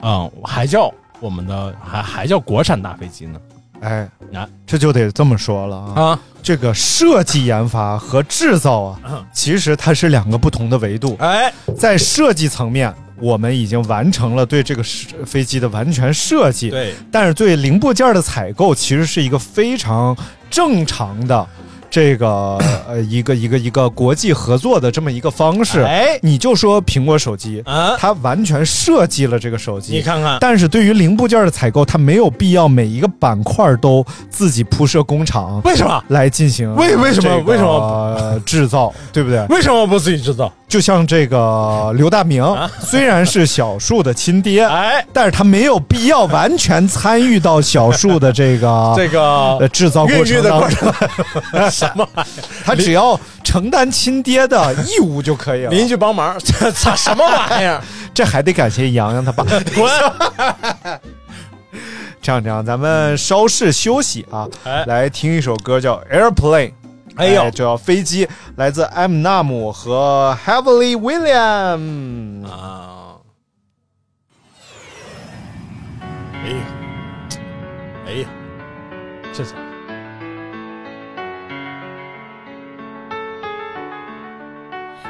S3: 嗯，还叫我们的还还叫国产大飞机呢？
S2: 哎，
S3: 啊
S2: 这就得这么说了啊。
S3: 啊，
S2: 这个设计研发和制造啊，其实它是两个不同的维度。
S3: 哎，
S2: 在设计层面，我们已经完成了对这个设飞机的完全设计，
S3: 对，
S2: 但是对零部件的采购其实是一个非常正常的。这 个呃，一个一个一个国际合作的这么一个方式，
S3: 哎
S2: 你就说苹果手机，
S3: 啊，
S2: 它完全设计了这个手机，
S3: 你看看，
S2: 但是对于零部件的采购，它没有必要每一个板块都自己铺设工厂
S3: 为什么？
S2: 来进行
S3: 为为什
S2: 这
S3: 么
S2: 个
S3: 为什
S2: 呃制造， 对不对？
S3: 为什么不自己制造？
S2: 就像这个刘大明，
S3: 啊
S2: 虽然是小树的亲爹，
S3: 哎，
S2: 但是他没有必要完全参与到小树的这 个
S3: 这个
S2: 呃制造过
S3: 孕育
S2: 程
S3: 的
S2: 当
S3: 过
S2: 中，
S3: 程，什 么玩意儿？
S2: 他只要承担亲爹的义务就可以 了。
S3: 邻居帮忙，这这什么 玩意儿？
S2: 这还得感谢洋洋他爸。
S3: 滚！
S2: 这样这样，咱们稍事休息啊，
S3: 哎
S2: 来听一首歌叫《Airplane》。
S3: 哎呦，
S2: 叫飞机，来自 M 纳姆和 Heavily William。
S3: 啊！哎呀，哎呀，这是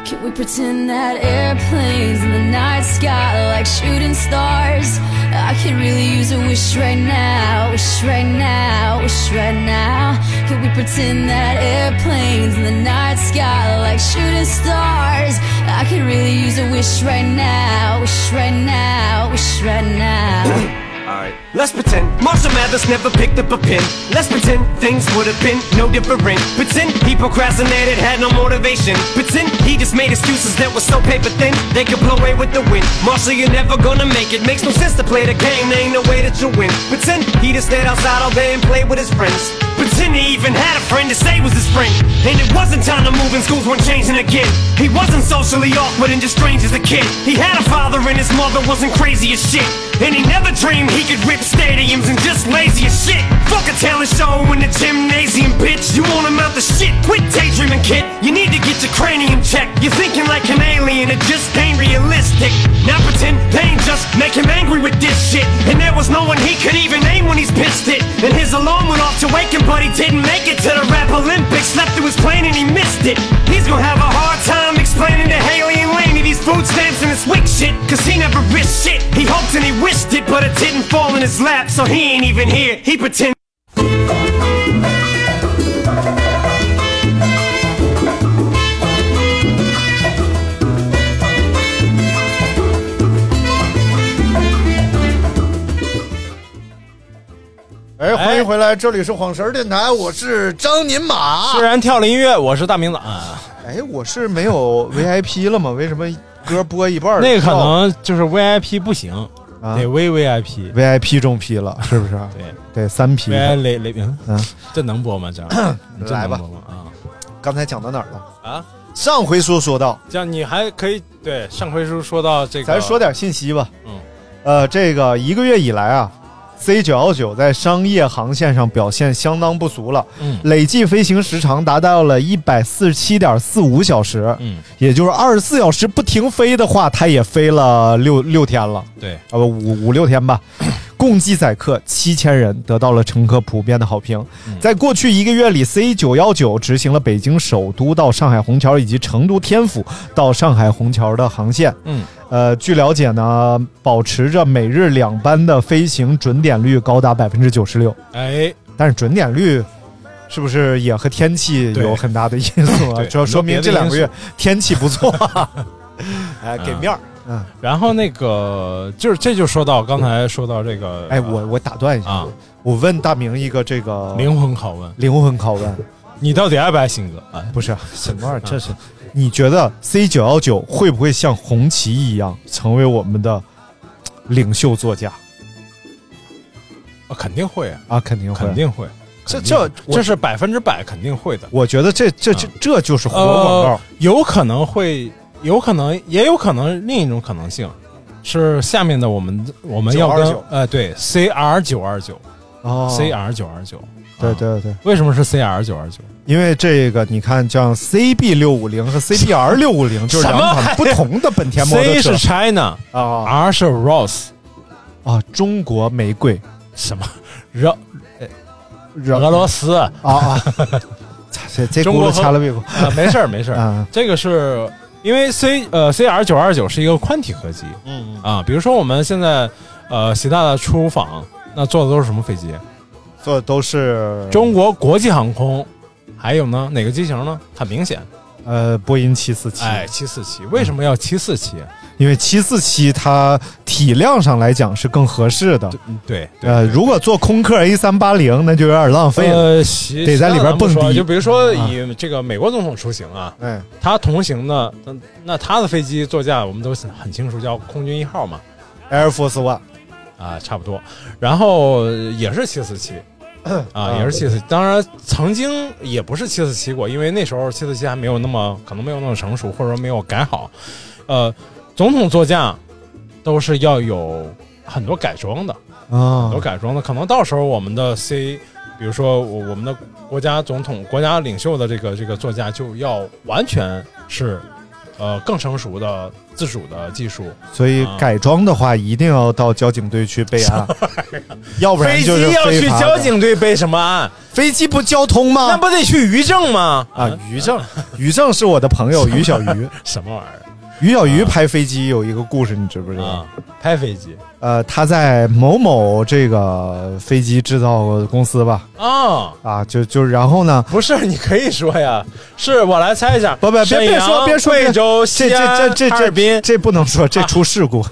S4: Can we pretend that airplanes in the night sky are like shooting stars? I could really use a wish right now, wish right now, wish right now. Can we pretend that airplanes in the night sky are like shooting stars? I could really use a wish right now, wish right now, wish right now.
S5: Alright, let's pretend Marshall Mathers never picked up a pen. Let's pretend things would have been no different. Pretend he procrastinated, had no motivation. Pretend he just made excuses that were so paper thin they could blow away with the wind. Marshall, you're never gonna make it. Makes no sense to play the game, there ain't no way that you win. Pretend he just stayed outside all day and played with his friends. Pretend he even had a friend to say was his friend. And it wasn't time to move and schools weren't changing again. He wasn't socially awkward and just strange as a kid. He had a father and his mother wasn't crazy as shit. And he never dreamed he could rip stadiums and just lazy as shit. Fuck a talent show in the gymnasium, bitch. You won't amount to shit. Quit daydreaming, kid. You need to get your cranium checked. You're thinking like an alien, it just ain't realistic. Now pretend they ain't just make him angry with this shit. And there was no one he could even name when he's pissed it. And his alarm went off to wake him, but he didn't make it to the Rap Olympics. Slept through his plane and he missed it. He's gonna have a hard time explaining to Haley and Laney these food stamps and this wick shit. Cause he never risked shit. He hoped and he wished it, but it didn't fall in his lap. So he ain't even here. He pretends.
S6: 哎，欢迎回来，这里是晃神儿电台，我是张宁马
S3: 突。然跳了音乐，我是大明子啊。
S2: 哎，我是没有 VIP 了吗？为什么歌播一半儿
S3: 那
S2: 就
S3: 可
S2: 跳
S3: 能就是 VIP 不行，
S2: 啊
S3: 得 VVIP。
S2: VIP 中 P 了，是不是？
S3: 对
S2: 对，三 P。
S3: VI 雷雷明，
S2: 嗯
S3: 这能播吗？这样这
S2: 来吧
S3: 能播吗
S2: 刚才讲到哪儿了？
S3: 啊啊！
S2: 上回书说到，
S3: 这样你还可以对上回书说到这个，
S2: 咱说点信息吧。
S3: 嗯，
S2: 呃，这个一个月以来啊，C 九幺九在商业航线上表现相当不俗了，
S3: 嗯
S2: 累计飞行时长达到了一百四十七点四五小时，
S3: 嗯，
S2: 也就是二十四小时不停飞的话，它也飞了六六天了，
S3: 对，
S2: 啊不五五六天吧。共计载客七千人，得到了乘客普遍的好评。
S3: 嗯
S2: 在过去一个月里，C 九幺九执行了北京首都到上海虹桥以及成都天府到上海虹桥的航线。
S3: 嗯，
S2: 呃，据了解呢，保持着每日两班的飞行准点率高达百分之九十六，
S3: 哎，
S2: 但是准点率是不是也和天气
S3: 对
S2: 有很大的因素啊
S3: 对？
S2: 主要说明这两个
S3: 很多
S2: 月
S3: 别的因素
S2: 天气不 错，哎，给面儿。嗯，
S3: 然后那个就是这就说到刚才说到这个，
S2: 哎，我我打断一下，
S3: 嗯啊
S2: 我问大明一个这个
S3: 灵魂嗯拷问，
S2: 灵魂拷问，
S3: 你到底爱不爱新哥啊？
S2: 不是什么玩意儿？这
S3: 嗯
S2: 是你觉得 C 九幺九会不会像红旗一样成为我们的领袖座驾
S3: 啊肯定会啊，
S2: 啊？肯定会，
S3: 肯定会，
S2: 这
S3: 肯定会
S2: 这我
S3: 这是百分之百肯定会的。
S2: 我觉得这这
S3: 嗯
S2: 这这就是活广告
S3: 呃，有可能会，有可能，也有可能另一种可能性是下面的我们我们要跟
S2: 929
S3: 呃对 CR 九二九
S2: 哦
S3: CR 九二九啊
S2: 对对对，
S3: 为什么是 CR 九二九？
S2: 因为这个你看，像 CB 六五零和 CBR 六五 零就是两款不同的本田摩托
S3: C
S2: 车
S3: 是 China
S2: 啊
S3: ，R 是 Rose
S2: 啊，中国玫瑰
S3: 什么热
S2: 热
S3: 俄罗斯啊
S2: 啊， 这这
S3: 中
S2: 轱
S3: 国
S2: 辘掐了屁股
S3: 啊，没事儿没事儿
S2: 啊
S3: 这个是因为 C 呃 CR 九二九是一个宽体合集，
S2: 嗯
S3: 啊，比如说我们现在呃习大大出访，那坐的都是什么飞机？
S2: 坐的都是
S3: 中国国际航空，还有呢哪个机型呢？很明显，
S2: 呃波音七四七，
S3: 哎，七四七，为什么要七四七？
S2: 因为七四七它体量上来讲是更合适的。
S3: 对，
S2: 呃，如果做空客 A 三八零，那就有点浪费了，
S3: 呃，习
S2: 得在里边蹦
S3: 习大大不说
S2: 迪。
S3: 就比如说
S2: 啊
S3: 以这个美国总统出行啊，
S2: 哎，
S3: 他同行的，那那他的飞机座驾我们都很清楚，叫空军一号嘛，
S2: Air Force One
S3: 啊，差不多。然后呃也是七四七，啊，也是七四。当然，曾经也不是七四七过，因为那时候七四七还没有那么可能没有那么成熟，或者说没有改好。呃，总统座驾都是要有很多改装的，很
S2: 啊
S3: 多改装的。可能到时候我们的 C，比如说我我们的国家总统、国家领袖的这个这个座驾就要完全是。呃，更成熟的自主的技术，
S2: 所以
S3: 啊
S2: 改装的话，一定要到交警队去备 案，要不然
S3: 飞
S2: 就
S3: 机
S2: 是
S3: 要去
S2: 非法的
S3: 交警队备什么案？
S2: 飞机不交通吗？
S3: 那不得去渔政吗？
S2: 啊。于正，于正是我的朋友于小鱼，
S3: 什么玩意儿？
S2: 于小鱼拍飞机有一个故事，你知不知
S3: 啊
S2: 道？
S3: 拍飞机
S2: 呃，他在某某这个飞机制造公司吧，
S3: 啊？
S2: 啊，就就然后呢，
S3: 不是，你可以说呀。是我来猜一下，
S2: 不不，别
S3: 沈
S2: 别
S3: 阳
S2: 说别说，
S3: 贵州、
S2: 别
S3: 西
S2: 这
S3: 安、
S2: 这这这
S3: 哈尔滨
S2: 这这不能 说，这出事故。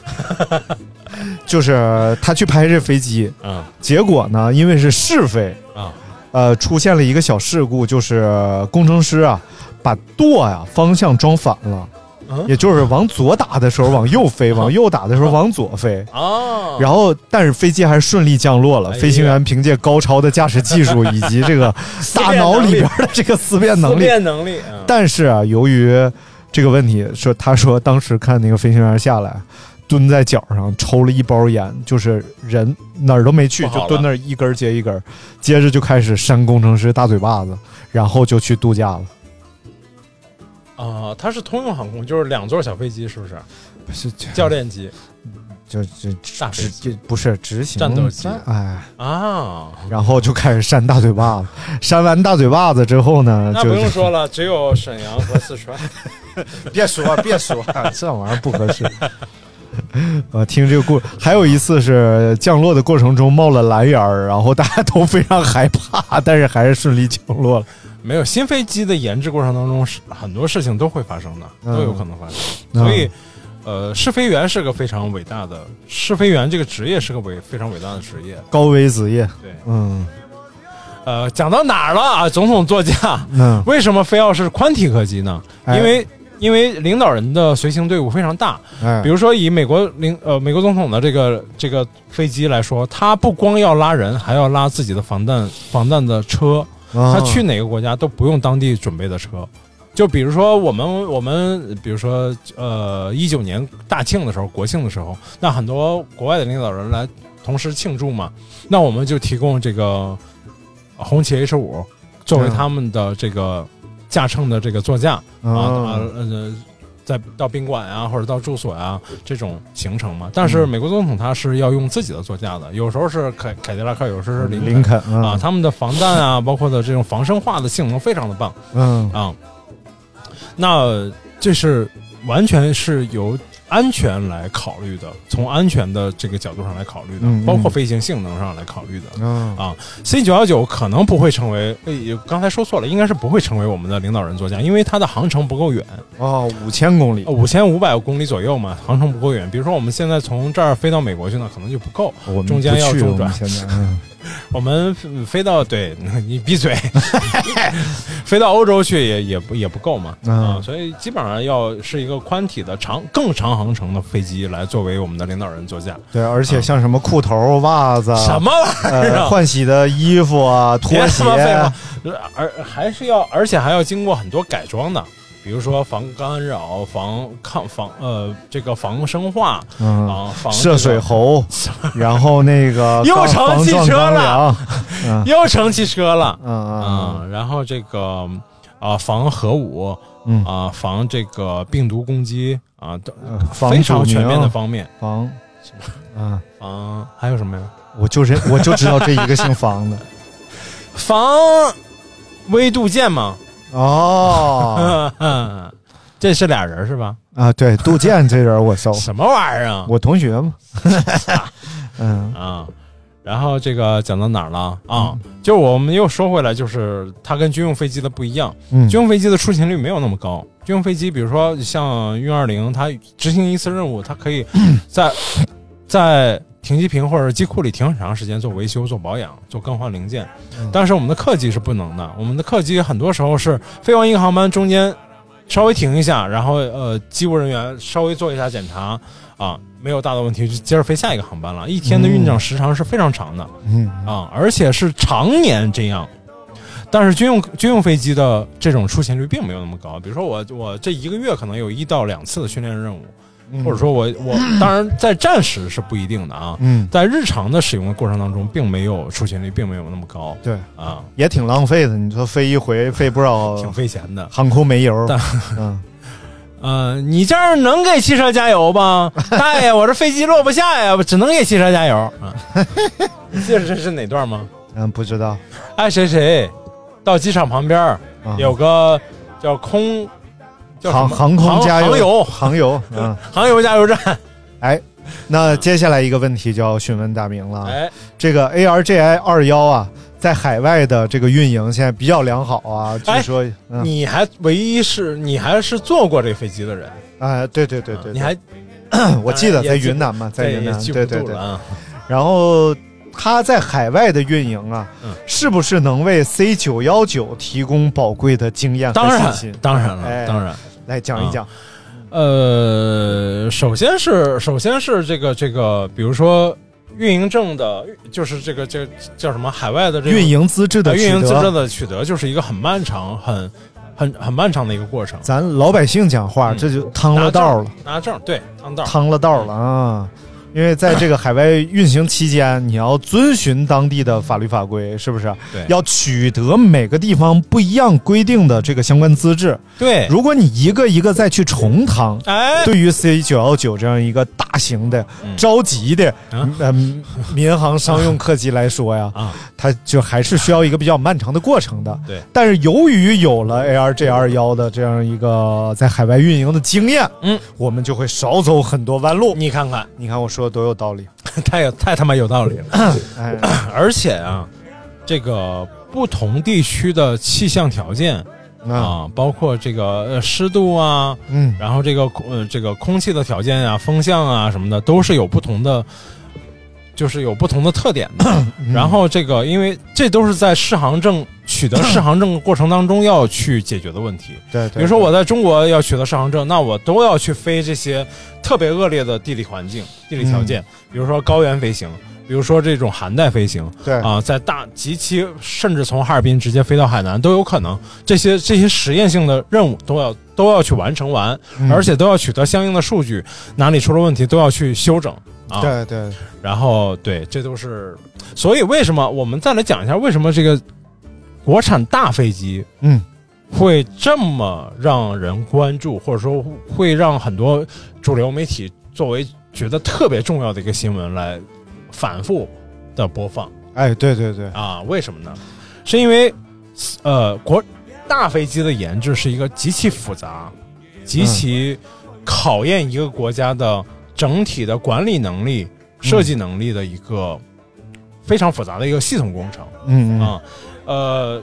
S2: 就是他去拍这飞机，
S3: 嗯，
S2: 结果呢，因为是试飞，
S3: 啊，
S2: 呃，出现了一个小事故，就是工程师啊，把舵呀、方向装反了，
S3: 嗯
S2: 也就是往左打的时候往右 飞，往右打的时候往左飞。
S3: 哦，
S2: 然后，但是飞机还是顺利降落了。
S3: 哎呀
S2: 飞行员凭借高超的驾驶技术以及这 个大脑里边的这个思辨能
S3: 思
S2: 力，
S3: 辨能力，嗯
S2: 但是啊，由于这个问题，说他说当时看那个飞行员下来，蹲在脚上抽了一包烟，就是人哪儿都没去，
S3: 不好了
S2: 就蹲那儿一根儿接一根儿，接着就开始扇工程师大嘴巴子，然后就去度假了。
S3: 啊，它是通用航空，就是两座小飞机，是不是？
S2: 不是这
S3: 教练机
S2: 就就
S3: 大飞
S2: 就不是执行
S3: 战斗机
S2: 哎，
S3: 啊，
S2: 然后就开始扇大嘴巴子，扇完大嘴巴子之后呢，
S3: 那
S2: 就
S3: 不用说了，只有沈阳和四川。
S6: 别说别 说，
S2: 啊这玩意儿不合适。 呃，听这个故，还有一次是降落的过程中冒了蓝烟儿，然后大家都非常害怕，但是还是顺利降落了。
S3: 没有新飞机的研制过程当中，是很多事情都会发生的，
S2: 嗯
S3: 都有可能发生。
S2: 嗯
S3: 所以，呃，试飞员是个非常伟大的，试飞员这个职业是个伟非常伟大的职业。
S2: 高危职业，
S3: 对，
S2: 嗯
S3: 呃，讲到哪儿了啊？总统座驾，
S2: 嗯
S3: 为什么非要是宽体客机呢？
S2: 哎
S3: 因为因为领导人的随行队伍非常大，
S2: 哎
S3: 比如说以美国领呃美国总统的这个这个飞机来说，他不光要拉人，还要拉自己的防弹防弹的车，
S2: 啊
S3: 他去哪个国家都不用当地准备的车。就比如说我们我们比如说呃一九年大庆的时候，国庆的时候，那很多国外的领导人来同时庆祝嘛，那我们就提供这个红旗 H 五作为
S2: 嗯
S3: 他们的这个驾乘的这个座驾、啊
S2: 哦
S3: 啊呃，在到宾馆啊或者到住所啊这种行程嘛。但
S2: 嗯
S3: 是美国总统他是要用自己的座驾的，有时候是凯凯迪拉克，有时候是林
S2: 林肯嗯
S3: 啊，他们的防弹啊， 包括的这种防生化的性能非常的棒
S2: 嗯
S3: 啊。那这是完全是由安全来考虑的，从安全的这个角度上来考虑的，
S2: 嗯嗯
S3: 包括飞行性能上来考虑的。
S2: 嗯
S3: 啊，C 九幺九可能不会成为，哎，刚才说错了，应该是不会成为我们的领导人座驾，因为它的航程不够远，
S2: 哦，五千公里，
S3: 五千五百公里左右嘛，航程不够远。比如说我们现在从这儿飞到美国去呢，可能就不够，
S2: 我们
S3: 中间要
S2: 不去
S3: 中
S2: 我
S3: 转
S2: 们。现 在嗯
S3: 我们嗯飞到对 你闭嘴，飞到欧洲去也也不也不够嘛
S2: 嗯
S3: 啊，所以基本上要是一个宽体的长更长航程的飞机来作为我们的领导人座驾。
S2: 对，而且像什么裤头、袜子，
S3: 啊什么玩意儿啊
S2: 呃换洗的衣服啊，拖
S3: 别
S2: 鞋
S3: 他，妈废话，而还是要，而且还要经过很多改装的。比如说防干扰、防抗、防呃这个防生化啊、
S2: 嗯
S3: 防
S2: 涉水
S3: 猴。
S2: 猴，然后那个
S3: 又成
S2: 防
S3: 汽
S2: 撞
S3: 车
S2: 钢
S3: 了
S2: 梁，嗯
S3: 又乘汽车了，
S2: 嗯
S3: 嗯然后这个啊、防核武，
S2: 嗯呃
S3: 啊、防这个病毒攻击啊，都
S2: 防
S3: 非常
S2: 堵
S3: 全面的
S2: 明
S3: 方面，
S2: 防啊
S3: 防还有什么呀？
S2: 我就是我就知道这一个姓房 的
S3: 防微度键嘛，
S2: 哦
S3: 这是俩人是吧？
S2: 啊，对，杜建这人 我熟，
S3: 什么玩意儿啊？
S2: 哦我同学 嘛，嗯
S3: 啊，然后这个讲到哪儿了啊？就是我们又说回来，就是它跟军用飞机的不一样。
S2: 嗯
S3: 军用飞机的出勤率没有那么高。军用飞机，比如说像运二零，它执行一次任务，它可以在在停机坪或者机库里停很长时间做维修、做保养、做更换零件。但是我们的客机是不能的，我们的客机很多时候是飞往一个航班中间稍微停一下，然后呃，机务人员稍微做一下检查啊，没有大的问题就接着飞下一个航班了。一天的运整时长是非常长的，
S2: 嗯
S3: 啊，而且是常年这样。但是军用军用飞机的这种出勤率并没有那么高，比如说我我这一个月可能有一到两次的训练任务，
S2: 嗯
S3: 或者说我我当然在战时是不一定的啊，
S2: 嗯
S3: 在日常的使用的过程当中，并没有出勤率并没有那么高，
S2: 对
S3: 啊，
S2: 也挺浪费的。你说飞一回费不少，挺
S3: 费钱的，
S2: 航空煤油
S3: 但。
S2: 嗯，
S3: 嗯、你这样能给汽车加油吧，大爷？我这飞机落不下呀，只能给汽车加油 啊。你记得这是哪段吗？
S2: 嗯，不知道。
S3: 爱哎谁谁，到机场旁边儿、有个叫空叫什么
S2: 啊航航空加油，
S3: 航油
S2: 航油， 嗯，
S3: 航油加油站。
S2: 哎，那接下来一个问题就要询问大明了。啊
S3: 哎，
S2: 这个 ARGI 二幺啊，在海外的这个运营现在比较良好啊，据说、嗯、
S3: 哎你还唯一是你还是坐过这飞机的人，
S2: 啊，对对对对，
S3: 你还
S2: 我记得
S3: 也
S2: 在
S3: 记
S2: 云
S3: 不
S2: 南嘛，在
S3: 对
S2: 云
S3: 也
S2: 南，
S3: 记不
S2: 对对
S3: 住
S2: 对
S3: 了啊。
S2: 然后它在海外的运营啊，
S3: 嗯
S2: 是不是能为 C 九幺九提供宝贵的经验和
S3: 当
S2: 信
S3: 然
S2: 心？
S3: 当然了啊
S2: 哎
S3: 当然
S2: 来讲一讲。
S3: 呃，首先是首先是这个这个，比如说运营证的，就是这个这个叫什么海外的这个
S2: 运营资质的
S3: 呃运营
S2: 取
S3: 资
S2: 得
S3: 质的取得，就是一个很漫长、很很很漫长的一个过程。
S2: 咱老百姓讲话，这就趟了道了，
S3: 嗯拿证对当道
S2: 趟了道了啊！因为在这个海外运行期间，你要遵循当地的法律法规，是不是？
S3: 嗯对
S2: 要取得每个地方不一样规定的这个相关资质。
S3: 对
S2: 如果你一个一个再去重趟，
S3: 哎
S2: 对于 C 九幺九这样一个大型的、
S3: 嗯
S2: 着急的、呃民航商用客机来说呀，
S3: 啊，
S2: 它就还是需要一个比较漫长的过程的。
S3: 对
S2: 但是由于有了 ARG 二幺的这样一个在海外运营的经验，
S3: 嗯，
S2: 我们就会少走很多弯路。
S3: 你看看，
S2: 你看我说的多有道理。哎
S3: 太有太他妈有道理 了。 而且啊，这个不同地区的气象条件啊、包括这个呃湿度啊，
S2: 嗯，
S3: 然后这个空呃这个空气的条件啊、风向啊什么的，都是有不同的。就是有不同的特点的，然后这个，因为这都是在适航证取得适航证过程当中要去解决的问题。
S2: 对，
S3: 比如说我在中国要取得适航证，那我都要去飞这些特别恶劣的地理环境、地理条件，比如说高原飞行，比如说这种寒带飞行，
S2: 对
S3: 啊、在大极其甚至从哈尔滨直接飞到海南都有可能，这些这些实验性的任务都要都要去完成完，
S2: 嗯
S3: 而且都要取得相应的数据，哪里出了问题都要去修整啊。
S2: 对对，
S3: 然后对，这都是，所以为什么我们再来讲一下为什么这个国产大飞机，
S2: 嗯，
S3: 会这么让人关注，或者说会让很多主流媒体作为觉得特别重要的一个新闻来反复的播放
S2: 哎，对对对，
S3: 啊？为什么呢？是因为呃，国大飞机的研制是一个极其复杂、极其考验一个国家的整体的管理能力、设计能力的一个非常复杂的一个系统工程。
S2: 嗯嗯
S3: 啊，呃，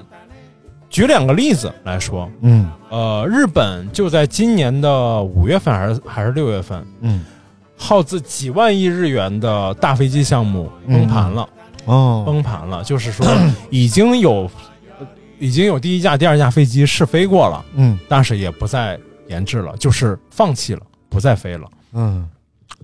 S3: 举两个例子来说，
S2: 嗯
S3: 呃，日本就在今年的五月份还是还是六月份，
S2: 嗯，
S3: 耗资几万亿日元的大飞机项目崩盘了，
S2: 哦，
S3: 崩盘了，就是说 已经有呃已经有第一架、第二架飞机试飞过了，
S2: 嗯
S3: 但是也不再研制了，就是放弃了，不再飞了。
S2: 嗯，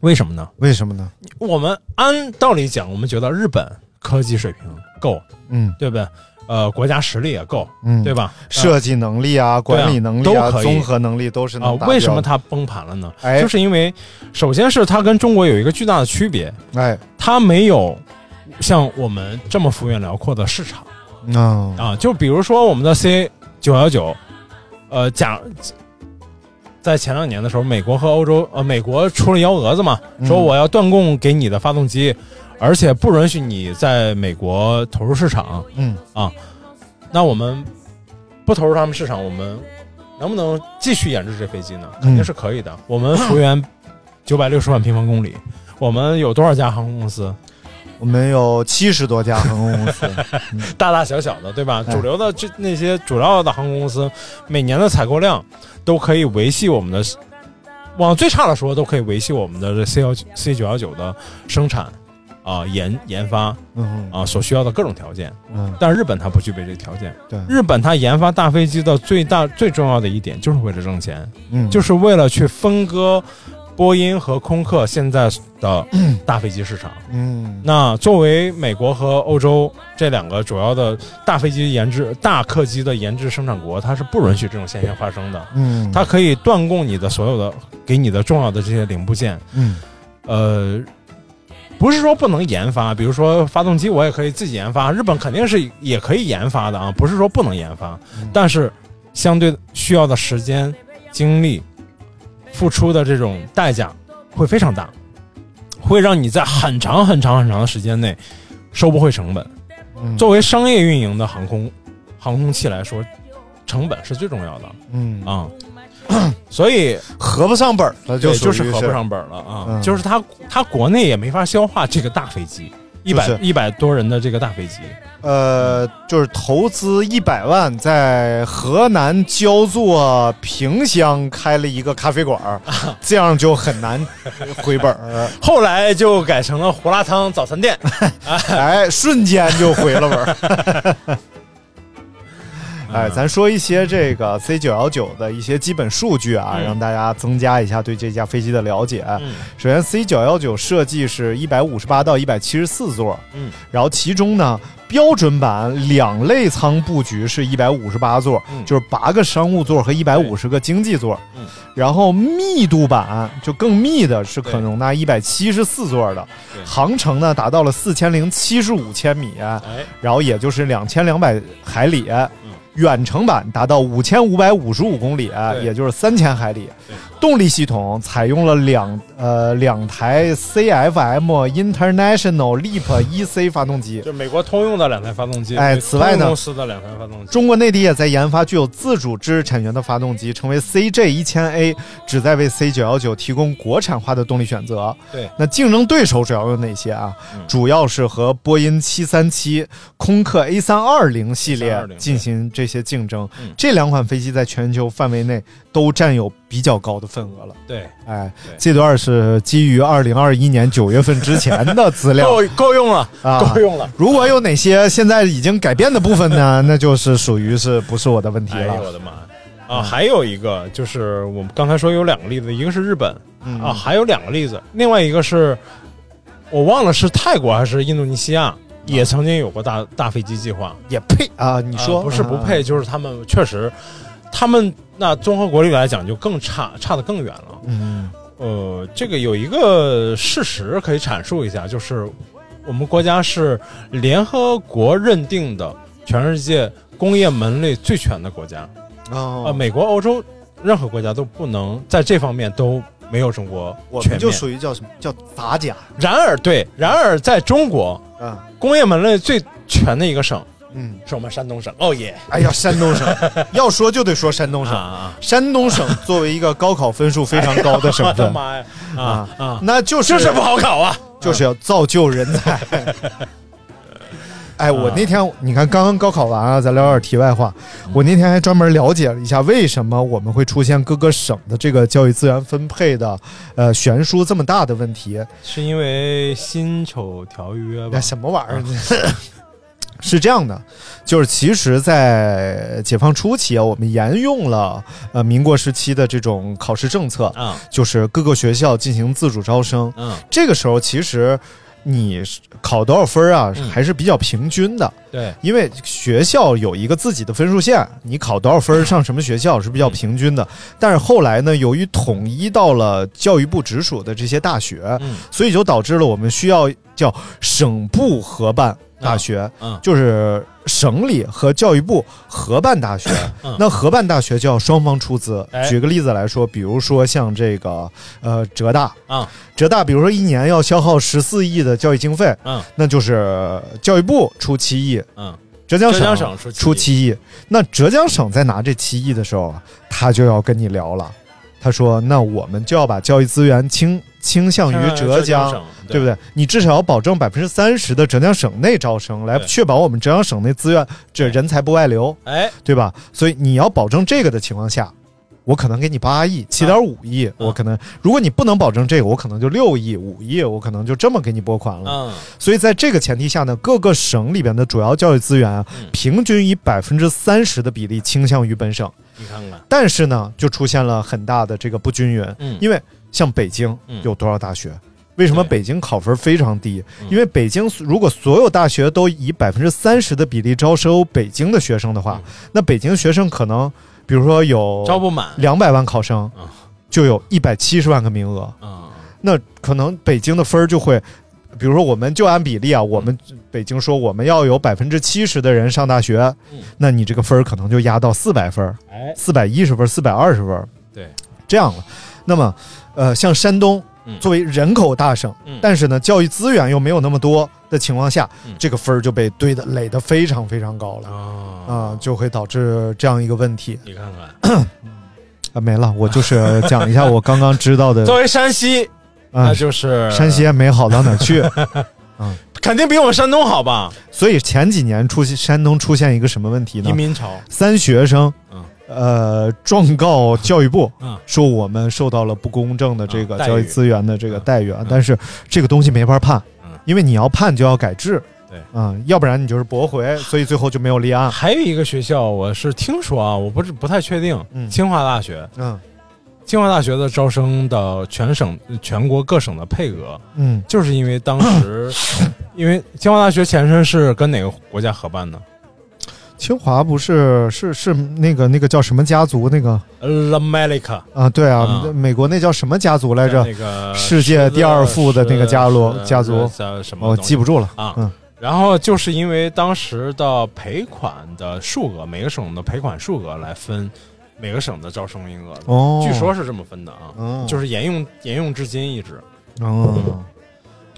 S3: 为什么呢？
S2: 为什么呢？
S3: 我们按道理讲，我们觉得日本科技水平够，
S2: 嗯
S3: 对不对？呃国家实力也够，
S2: 嗯
S3: 对吧？
S2: 设计能力啊，
S3: 对啊
S2: 管理能力啊，
S3: 都可以
S2: 综合能力都是
S3: 啊
S2: 能、达标的
S3: 为什么它崩盘了呢？
S2: 哎
S3: 就是因为首先是它跟中国有一个巨大的区别，
S2: 哎，
S3: 它没有像我们这么幅员辽阔的市场
S2: 嗯
S3: 啊。就比如说我们的 C 九幺九，呃，假在前两年的时候，美国和欧洲，呃，美国出了幺蛾子嘛，
S2: 嗯
S3: 说我要断供给你的发动机，而且不允许你在美国投入市场
S2: 嗯
S3: 啊。那我们不投入他们市场，我们能不能继续研制这飞机呢？肯定是可以的。我们幅员九百六十万平方公里，我们有多少家航空公司？
S2: 我们有七十多家航空公司，
S3: 大大小小的，对吧？
S2: 哎
S3: 主流的这那些主要的航空公司，每年的采购量都可以维系我们的，往最差的说，都可以维系我们的这 C 幺 C 九幺九的生产啊、研研发啊、
S2: 嗯
S3: 所需要的各种条件。
S2: 嗯
S3: 但日本它不具备这个条件。
S2: 对
S3: 日本它研发大飞机的最大最重要的一点就是为了挣钱，
S2: 嗯
S3: 就是为了去分割波音和空客现在的大飞机市场。
S2: 嗯
S3: 那作为美国和欧洲这两个主要的大飞机研制、大客机的研制生产国，它是不允许这种现象发生的。
S2: 嗯
S3: 它可以断供你的所有的，给你的重要的这些零部件。
S2: 嗯
S3: 呃，不是说不能研发，比如说发动机，我也可以自己研发。日本肯定是也可以研发的啊，不是说不能研发，但是相对需要的时间、精力、付出的这种代价会非常大，会让你在很长很长很长的时间内收不回成本。
S2: 嗯
S3: 作为商业运营的航空航空器来说，成本是最重要的。
S2: 嗯
S3: 啊、 所以
S2: 合不上本儿了就
S3: 对
S2: 属于
S3: 就是是合不上本儿了啊，
S2: 嗯
S3: 就是它它国内也没法消化这个大飞机，一百
S2: 就是
S3: 一百多人的这个大飞机，
S2: 呃，就是投资一百万，在河南焦作萍乡开了一个咖啡馆 儿，这样就很难回本儿。
S3: 后来就改成了胡辣汤早餐店，
S2: 哎，瞬间就回了本儿。哎，咱说一些这个 C 九幺九的一些基本数据啊，
S3: 嗯
S2: 让大家增加一下对这架飞机的了解。首先，C 九幺九设计是一百五十八到一百七十四座，
S3: 嗯，
S2: 然后其中呢，标准版两类舱布局是一百五十八座，就是八个商务座和一百五十个经济座，
S3: 嗯，
S2: 然后密度版就更密的是可容纳一百七十四座的，航程呢达到了四千零七十五千米，
S3: 哎
S2: 然后也就是两千两百海里。远程版达到五千五百五十五公里，也就是三千海里。动力系统采用了两呃两台 CFM International Leap EC 发动机。
S3: 就美国通用的两台发动机，
S2: 哎此外呢
S3: 通用公司的两台发动机，
S2: 中国内地也在研发具有自主知识产权的发动机，成为 CJ 一千 A，旨在为 C 九幺九提供国产化的动力选择。
S3: 对
S2: 那竞争对手主要有哪些啊？
S3: 嗯
S2: 主要是和波音七三七、空客 A 三二零系列
S3: 320
S2: 进行这些竞争
S3: 嗯。
S2: 这两款飞机在全球范围内都占有比较高的份额了。
S3: 对，
S2: 哎， 这段是基于二零二一年九月份之前的资料。
S3: 够够用了，
S2: 啊，
S3: 够用了。
S2: 如果有哪些现在已经改变的部分 呢，那就是属于是不是我的问题
S3: 哎
S2: 了。
S3: 呦我的妈呀！啊，还有一个就是我们刚才说有两个例子，一个是日本、
S2: 嗯
S3: 啊，还有两个例子，另外一个是我忘了是泰国还是印度尼西
S2: 啊
S3: 亚，也曾经有过大大飞机计划。
S2: 也配啊？你说、
S3: 啊不是不配，就是他们确实，他们那综合国力来讲就更差，差得更远了。
S2: 嗯
S3: 呃，这个有一个事实可以阐述一下，就是我们国家是联合国认定的全世界工业门类最全的国家。
S2: 哦
S3: 呃，美国、欧洲任何国家都不能在这方面都没有中国
S2: 我
S3: 全
S2: 们
S3: 面。
S2: 就属于叫什么叫杂甲
S3: 然而，对，然而在中国，
S2: 啊？
S3: 工业门类最全的一个省
S2: 嗯，
S3: 是我们山东省。哦耶！
S2: 哎呀，山东 省要说就得说山东省。
S3: 啊，
S2: 山东省作为一个高考分数非常高的省
S3: 我的
S2: 份，
S3: 哎
S2: 嗯
S3: 妈呀！啊啊，
S2: 那就是
S3: 就是不好搞啊！
S2: 就是要造就人才。 哎，我那天你看，刚刚高考完啊，咱聊点题外话。
S3: 嗯
S2: 我那天还专门了解了一下，为什么我们会出现各个省的这个教育资源分配的呃悬殊这么大的问题。
S3: 是因为辛丑条约吧
S2: 那？什么玩意
S3: 啊
S2: 儿？是这样的，就是其实，在解放初期啊，我们沿用了呃民国时期的这种考试政策，
S3: 啊，
S2: 就是各个学校进行自主招生。
S3: 嗯，
S2: 这个时候其实。你考多少分啊，还是比较平均的。
S3: 对，
S2: 因为学校有一个自己的分数线，你考多少分上什么学校是比较平均的。但是后来呢，由于统一到了教育部直属的这些大学，
S3: 嗯
S2: 所以就导致了我们需要叫省部合办大学，
S3: 嗯
S2: 就是省里和教育部合办大 学。
S3: 嗯
S2: 那合办大学就要双方出资。
S3: 哎
S2: 举个例子来说，比如说像这个呃浙大，
S3: 啊，
S2: 浙大比如说一年要消耗十四亿的教育经费，
S3: 嗯
S2: 那就是教育部出七亿，
S3: 嗯，
S2: 浙江省
S3: 浙江省出7亿
S2: 出七亿。那浙江省在拿这七亿的时候啊，他就要跟你聊了。他说：“那我们就要把教育资源倾倾向
S3: 倾
S2: 于
S3: 向于
S2: 浙
S3: 浙江
S2: 江，
S3: 省对
S2: 对不对？你至少要保证百分之三十的浙江省内招生，来
S3: 对
S2: 确保我们浙江省内资源这人才不外流，
S3: 哎，
S2: 对吧？所以你要保证这个的情况下，我可能给你八亿、七点五亿，
S3: 嗯
S2: 我可能如果你不能保证这个，我可能就六亿、五亿，我可能就这么给你拨款了。
S3: 嗯
S2: 所以在这个前提下呢，各个省里边的主要教育资源啊，
S3: 嗯
S2: 平均以百分之三十的比例倾向于本省。
S3: 你看看，
S2: 但是呢，就出现了很大的这个不均匀。
S3: 嗯
S2: 因为像北京
S3: 嗯
S2: 有多少大学？为什么北京考分非常低？
S3: 嗯
S2: 因为北京如果所有大学都以百分之三十的比例招收北京的学生的话，那北京学生可能，比如说有
S3: 嗯招不嗯满
S2: 两百万考生，就有一百七十万个名额。
S3: 嗯，
S2: 那可能北京的分儿就会，比如说我们就按比例啊，我们北京说我们要有百分之七十的人上大学，那你这个分儿可能就压到四百分儿
S3: 嗯哎，
S2: 四百一十分儿，四百二十分儿
S3: 对，
S2: 这样了。那么，呃，像山东
S3: 嗯
S2: 作为人口大省，
S3: 嗯
S2: 但是呢教育资源又没有那么多的情况下，
S3: 嗯
S2: 这个分儿就被堆的垒得非常非常高了啊、就会导致这样一个问题
S3: 哦你看看，
S2: 啊。没了，我就是讲一下我刚刚知道 的。
S3: 作为山西，
S2: 啊
S3: 那就是
S2: 嗯山西还啊没好到哪儿 去，
S3: 肯定比我们山东好吧？
S2: 所以前几年出现山东出现一个什么问题呢？
S3: 移民潮，
S2: 三学生，
S3: 嗯
S2: 呃，状告教育部，
S3: 嗯
S2: 说我们受到了不公正的这个
S3: 嗯待遇
S2: 教育资源的这个待遇啊，但是这个东西没法判，因为你要判就要改制，
S3: 对
S2: 啊、要不然你就是驳 回，所以最后就没有立案。
S3: 还有一个学校，我是听说啊，我不是不太确定，清华大学，
S2: 嗯，
S3: 清华大学的招生的全省、全国各省的配额，
S2: 嗯
S3: 就是因为当 时，因为清华大学前身是跟哪个国家合办的？
S2: 清华不是是是那个那个叫什么家族那个
S3: l a m e l i c a
S2: 啊？对啊，
S3: 嗯
S2: 美国那叫什么家族来着？
S3: 那个
S2: 世界第二富的那个家族家族，
S3: 什么
S2: 我
S3: 东西？
S2: 哦记不住了
S3: 啊。
S2: 嗯
S3: 然后就是因为当时的赔款的数额，每个省的赔款数额来分每个省的招生名额的，
S2: 哦
S3: 据说是这么分的啊，
S2: 哦
S3: 就是沿用沿用至今一直。
S2: 哦，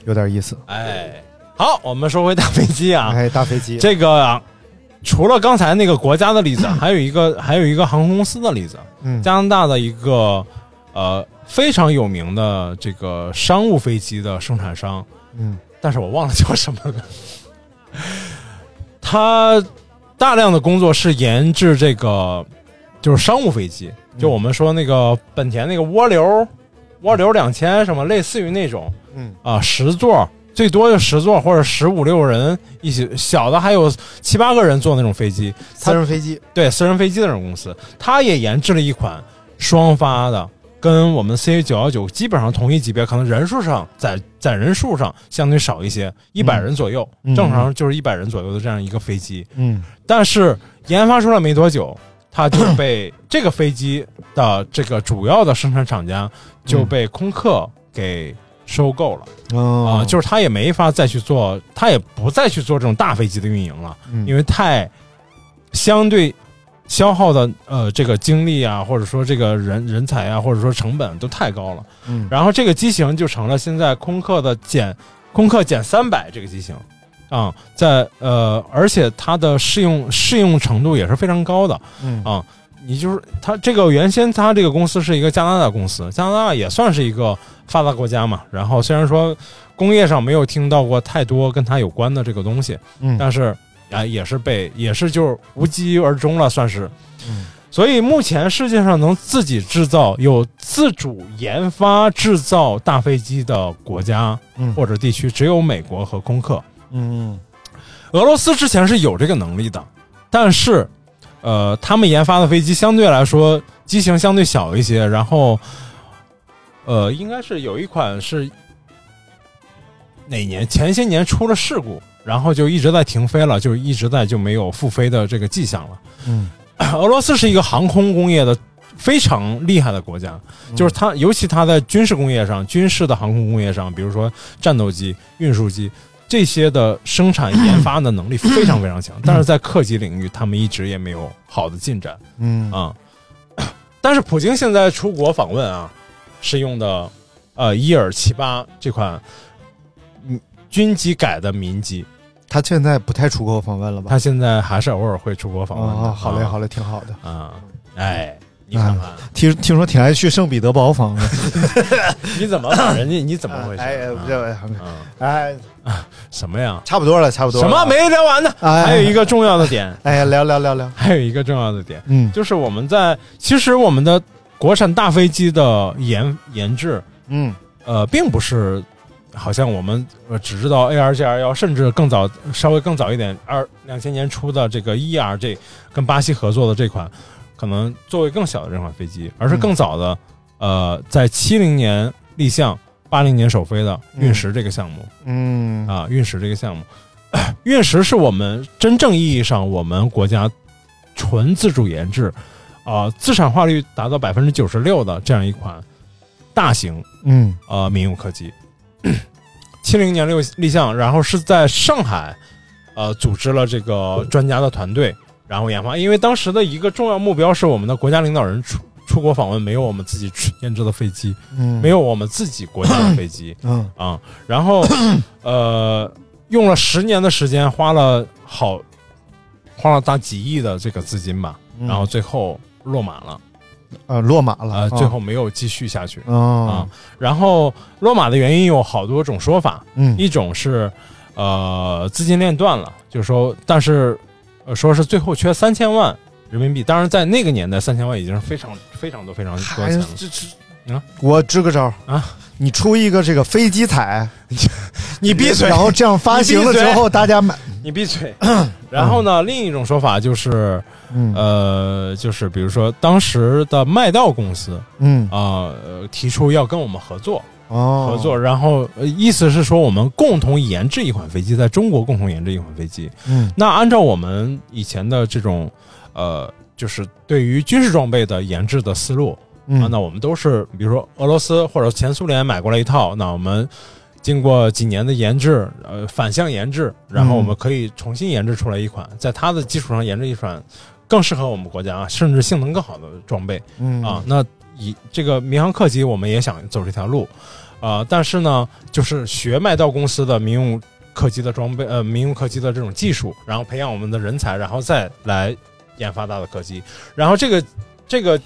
S2: 有点意思。
S3: 哎，好，我们说回大飞机啊，
S2: 哎，大飞机
S3: 这个啊，除了刚才那个国家 的例子，还有一个还有一个航空公司的例子，
S2: 嗯
S3: 加拿大的一个呃非常有名的这个商务飞机的生产商，
S2: 嗯，
S3: 但是我忘了叫什么了。他大量的工作是研制这个就是商务飞机，
S2: 嗯
S3: 就我们说那个本田那个涡流涡流两千什么，类似于那种，
S2: 嗯
S3: 啊，十座最多就十座或者十五六人一起，小的还有七八个人坐那种飞机，
S2: 私人飞机，
S3: 对私人飞机的那种公司，它也研制了一款双发的，跟我们 CA 九幺九基本上同一级别，可能人数上在在人数上相对少一些，一百人左右，
S2: 嗯
S3: 正常就是一百人左右的这样一个飞机。
S2: 嗯
S3: 但是研发出来没多久，它 就被这个飞机的这个主要的生产厂家就
S2: 嗯
S3: 被空客给收购了啊、
S2: 哦，
S3: 就是它也没法再去做，它也不再去做这种大飞机的运营了，
S2: 嗯
S3: 因为太相对消耗的呃这个精力啊，或者说这个人人才啊，或者说成本都太高了。
S2: 嗯
S3: 然后这个机型就成了现在空客的减空客减三百这个机型啊、在呃，而且它的适用适用程度也是非常高的
S2: 嗯
S3: 啊、你就是它这个原先它这个公司是一个加拿大公司，加拿大也算是一个发达国家嘛。然后虽然说工业上没有听到过太多跟它有关的这个东西，
S2: 嗯
S3: 但是啊、也是被也是就是无疾而终了，算是。
S2: 嗯
S3: 所以目前世界上能自己制造、有自主研发制造大飞机的国家
S2: 嗯
S3: 或者地区，只有美国和空客。
S2: 嗯
S3: 俄罗斯之前是有这个能力的，但是，呃，他们研发的飞机相对来说机型相对小一些，然后，呃，应该是有一款是哪年前些年出了事故，然后就一直在停飞了，就一直在就没有复飞的这个迹象了。
S2: 嗯，
S3: 俄罗斯是一个航空工业的非常厉害的国家，
S2: 嗯
S3: 就是它，尤其它在军事工业上、军事的航空工业上，比如说战斗机、运输机这些的生产研发的能力非常非常
S2: 嗯
S3: 强，但是在客机领域，他们一直也没有好的进展。
S2: 嗯
S3: 啊、但是普京现在出国访问啊，是用的呃伊尔七八这款嗯军机改的民机，
S2: 他现在不太出国访问了吧？
S3: 他现在还是偶尔会出国访问的。
S2: 哦，好嘞，
S3: 啊
S2: 好嘞，挺好的。
S3: 啊，哎，你看看，
S2: 听听说挺爱去圣彼得堡访问，
S3: 你怎么 把人家你 怎么回事？啊嗯
S6: 哎，这哎，
S3: 什么呀？
S2: 差不多了，差不多了。
S3: 什么没聊完呢？
S2: 哎
S3: 还有一个重要的点，
S2: 哎呀，聊聊聊聊，
S3: 还有一个重要的点，
S2: 嗯
S3: 就是我们在其实我们的国产大飞机的研研制，
S2: 嗯，
S3: 呃，并不是好像我们呃只知道 ARJ 二幺，甚至更早稍微更早一点，二两千年初的这个 ERJ 跟巴西合作的这款，可能作为更小的这款飞机，而是更早的、呃，在七零年立项、八零年首飞的运石这个项目。
S2: 嗯
S3: 啊，运石这个项目， 运石是我们真正意义上我们国家纯自主研制，啊、自产化率达到百分之九十六的这样一款大型
S2: 嗯
S3: 呃民用客机。 七零年六立项，然后是在上海，呃，组织了这个专家的团队，然后研发。因为当时的一个重要目标是我们的国家领导人出出国访问，没有我们自己出研制的飞机，
S2: 嗯
S3: 没有我们自己国家的 飞机，
S2: 嗯
S3: 啊，然后呃，用了十年的时间，花了好花了大几亿的这个资金吧，
S2: 嗯
S3: 然后最后落马了。
S2: 呃，落马了，
S3: 呃，
S2: 啊
S3: 最后没有继续下去。
S2: 哦
S3: 啊，然后落马的原因有好多种说法，
S2: 嗯
S3: 一种是呃资金链断了，就是说，但是呃说是最后缺三千万人民币，当然在那个年代三千万已经是非常非常多非常多
S2: 哎
S3: 钱了。
S2: 这这
S3: 啊，
S2: 我支个招
S3: 啊，
S2: 你出一个这个飞机彩，
S3: 你闭嘴
S2: 然后这样发行了之
S3: 你闭
S2: 后，
S3: 嘴
S2: 大家买，
S3: 你闭嘴。然后呢，另一种说法就是，呃，就是比如说当时的麦道公司，
S2: 嗯
S3: 啊、呃提出要跟我们合作，
S2: 哦，
S3: 合作，然后、呃意思是说我们共同研制一款飞机，在中国共同研制一款飞机。
S2: 嗯
S3: 那按照我们以前的这种，呃，就是对于军事装备的研制的思路，
S2: 嗯
S3: 啊，那我们都是比如说俄罗斯或者前苏联买过来一套，那我们经过几年的研制，呃，反向研制，然后我们可以重新研制出来一款，在它的基础上研制一款更适合我们国家啊，甚至性能更好的装备。
S2: 嗯
S3: 啊，那以这个民航客机，我们也想走这条路，啊、但是呢，就是学麦道公司的民用客机的装备，呃，民用客机的这种技术，然后培养我们的人才，然后再来研发大的客机，然后这个这个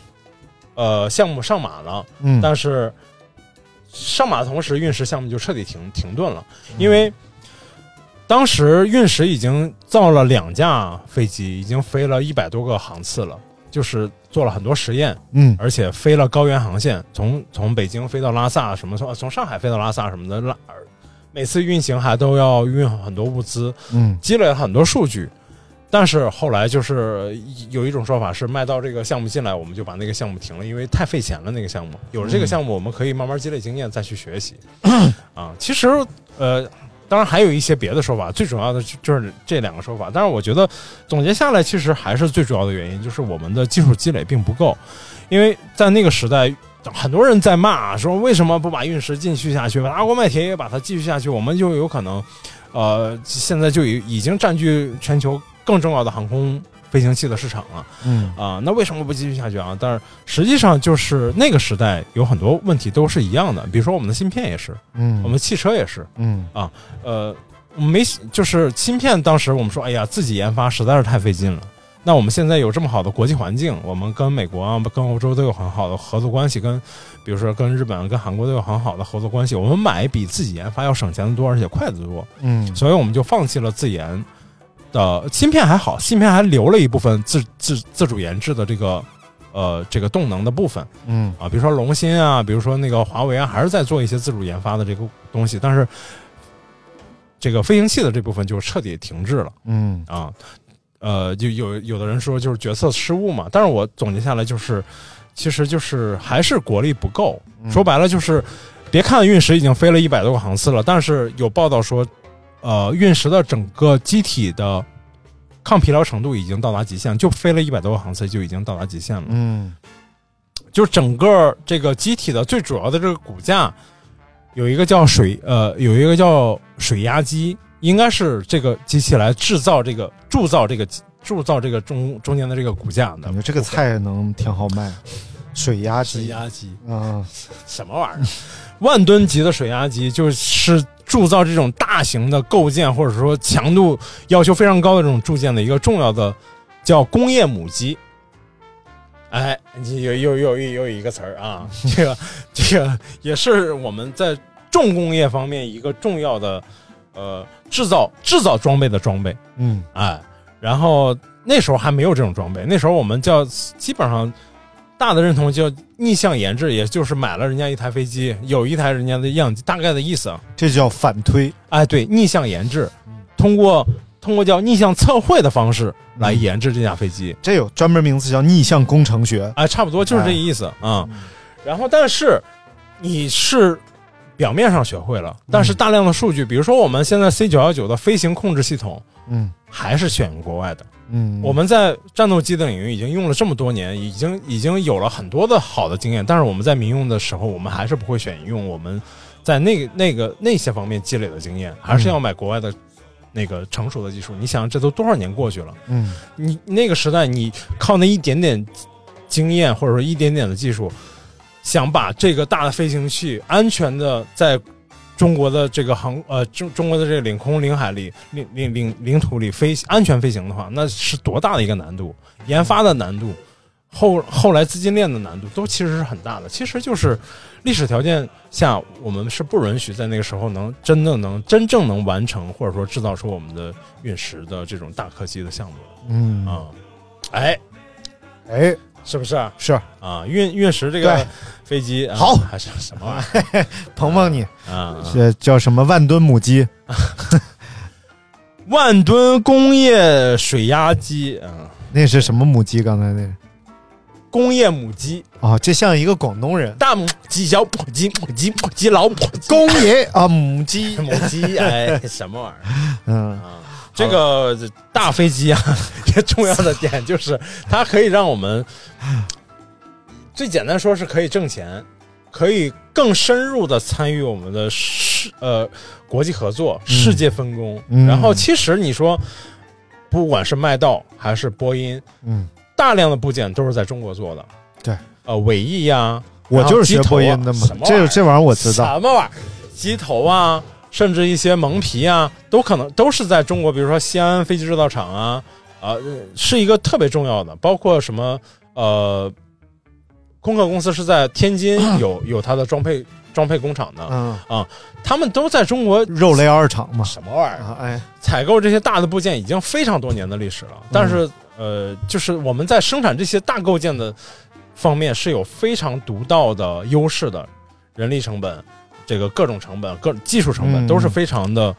S3: 呃项目上马了，
S2: 嗯
S3: 但是上马的同时，运石项目就彻底停停顿了，
S2: 嗯
S3: 因为。当时运石已经造了两架飞机，已经飞了一百多个航次了，就是做了很多实验，
S2: 嗯
S3: 而且飞了高原航线，从从北京飞到拉萨，什么从从上海飞到拉萨什么的，拉每次运行还都要运很多物资，
S2: 嗯
S3: 积累了很多数据。但是后来就是有一种说法是卖到这个项目进来，我们就把那个项目停了，因为太费钱了。那个项目有
S2: 嗯
S3: 了这个项目，我们可以慢慢积累经验再去学习。啊，其实呃，当然还有一些别的说法，最主要的就就是这两个说法。但是我觉得总结下来，其实还是最主要的原因就是我们的技术积累并不够，因为在那个时代。很多人在骂说为什么不把运石继续下去，把阿国麦田也把它继续下去，我们就有可能，呃，现在就已已经占据全球更重要的航空飞行器的市场了。
S2: 嗯
S3: 啊、那为什么不继续下去啊？但是实际上就是那个时代有很多问题都是一样的，比如说我们的芯片也是，
S2: 嗯
S3: 我们汽车也是，
S2: 嗯
S3: 啊，呃，我们没就是芯片，当时我们说，哎呀，自己研发实在是太费劲了。那我们现在有这么好的国际环境，我们跟美国啊、跟欧洲都有很好的合作关系，跟比如说跟日本、啊跟韩国都有很好的合作关系。我们买比自己研发要省钱的多，而且快得多。
S2: 嗯
S3: 所以我们就放弃了自研的芯片，还好，芯片还留了一部分自自自主研制的这个呃这个动能的部分
S2: 嗯
S3: 啊，比如说龙芯啊，比如说那个华为啊，还是在做一些自主研发的这个东西，但是这个飞行器的这部分就彻底停滞了。
S2: 嗯
S3: 啊，呃，就有有的人说就是决策失误嘛，但是我总结下来就是，其实就是还是国力不够，说白了就是别看运十已经飞了一百多个航次了，但是有报道说，呃，运十的整个机体的抗疲劳程度已经到达极限，就飞了一百多个航次就已经到达极限了。
S2: 嗯，
S3: 就是整个这个机体的最主要的这个骨架，有一个叫水呃，有一个叫水压机，应该是这个机器来制造这个铸造这个铸造这个中中间的这个骨架的。
S2: 感觉这个菜能挺好卖，水压机，
S3: 水压机
S2: 啊，
S3: 什么玩意儿？万吨级的水压机就是铸造这种大型的构件，或者说强度要求非常高的这种铸件的一个重要的叫工业母机。哎，你有又又又又有一个词儿啊，这个这个也是我们在重工业方面一个重要的呃制造制造装备的装备。
S2: 嗯，
S3: 哎，然后那时候还没有这种装备，那时候我们叫基本上大的认同叫逆向研制，也就是买了人家一台飞机，有一台人家的样机，大概的意思啊。
S2: 这叫反推。
S3: 哎，对，逆向研制，通过通过叫逆向测绘的方式来研制这架飞机。
S2: 这有专门名词叫逆向工程学。
S3: 哎，差不多就是这意思啊、然后，但是你是表面上学会了，但是大量的数据，比如说我们现在 C 九幺九的飞行控制系统，
S2: 嗯，
S3: 还是选国外的。
S2: 嗯，
S3: 我们在战斗机的领域已经用了这么多年，已经已经有了很多的好的经验，但是我们在民用的时候，我们还是不会选用我们在那个那个那些方面积累的经验，还是要买国外的那个成熟的技术。你想，这都多少年过去了？
S2: 嗯，
S3: 你那个时代，你靠那一点点经验或者说一点点的技术，想把这个大的飞行器安全的在中国的这个航呃中中国的这个领空领海里领领领领土里飞安全飞行的话，那是多大的一个难度？研发的难度，后后来资金链的难度都其实是很大的。其实就是历史条件下，我们是不允许在那个时候能真的能真正能完成或者说制造出我们的运十的这种大科技的项目。
S2: 嗯
S3: 啊，哎
S2: 哎，
S3: 是不是啊？
S2: 是
S3: 啊，运运十这
S2: 对
S3: 个飞机啊
S2: 好
S3: 还是什 么玩意儿
S2: 鹏鹏你，
S3: 啊？
S2: 这叫什么万吨母鸡？
S3: 万吨工业水压机啊，
S2: 那是什么母鸡？刚才那是
S3: 工业母鸡，
S2: 哦，这像一个广东人。
S3: 大母鸡、小母鸡、母鸡、母鸡、老 母 鸡、
S2: 公爷啊， 母鸡，
S3: 母鸡，哎，什么玩意儿？
S2: 嗯，
S3: 这个大飞机啊， 一个重要的点就是它可以让我们最简单说是可以挣钱，可以更深入的参与我们的世呃国际合作、世界分工。
S2: 嗯
S3: 然后其实你说，不管是麦道还是波音，
S2: 嗯，
S3: 大量的部件都是在中国做的，
S2: 对，
S3: 呃，尾翼呀，
S2: 我就是学
S3: 然后机头啊
S2: 播音的嘛
S3: 什么
S2: 这
S3: 玩意儿
S2: 这玩意儿啊我知道
S3: 什么玩意儿，机头啊，甚至一些蒙皮啊，都可能都是在中国，比如说西安飞机制造厂啊，啊、呃是一个特别重要的，包括什么呃，空客公司是在 天津有有它的装配装配工厂的，
S2: 嗯
S3: 啊，他们都在中国
S2: 肉类二厂嘛，
S3: 什么玩意
S2: 儿？哎，
S3: 采购这些大的部件已经非常多年的历史了，但是、呃，就是我们在生产这些大构件的方面是有非常独到的优势的，人力成本、这个各种成本、各技术成本
S2: 嗯
S3: 都是非常的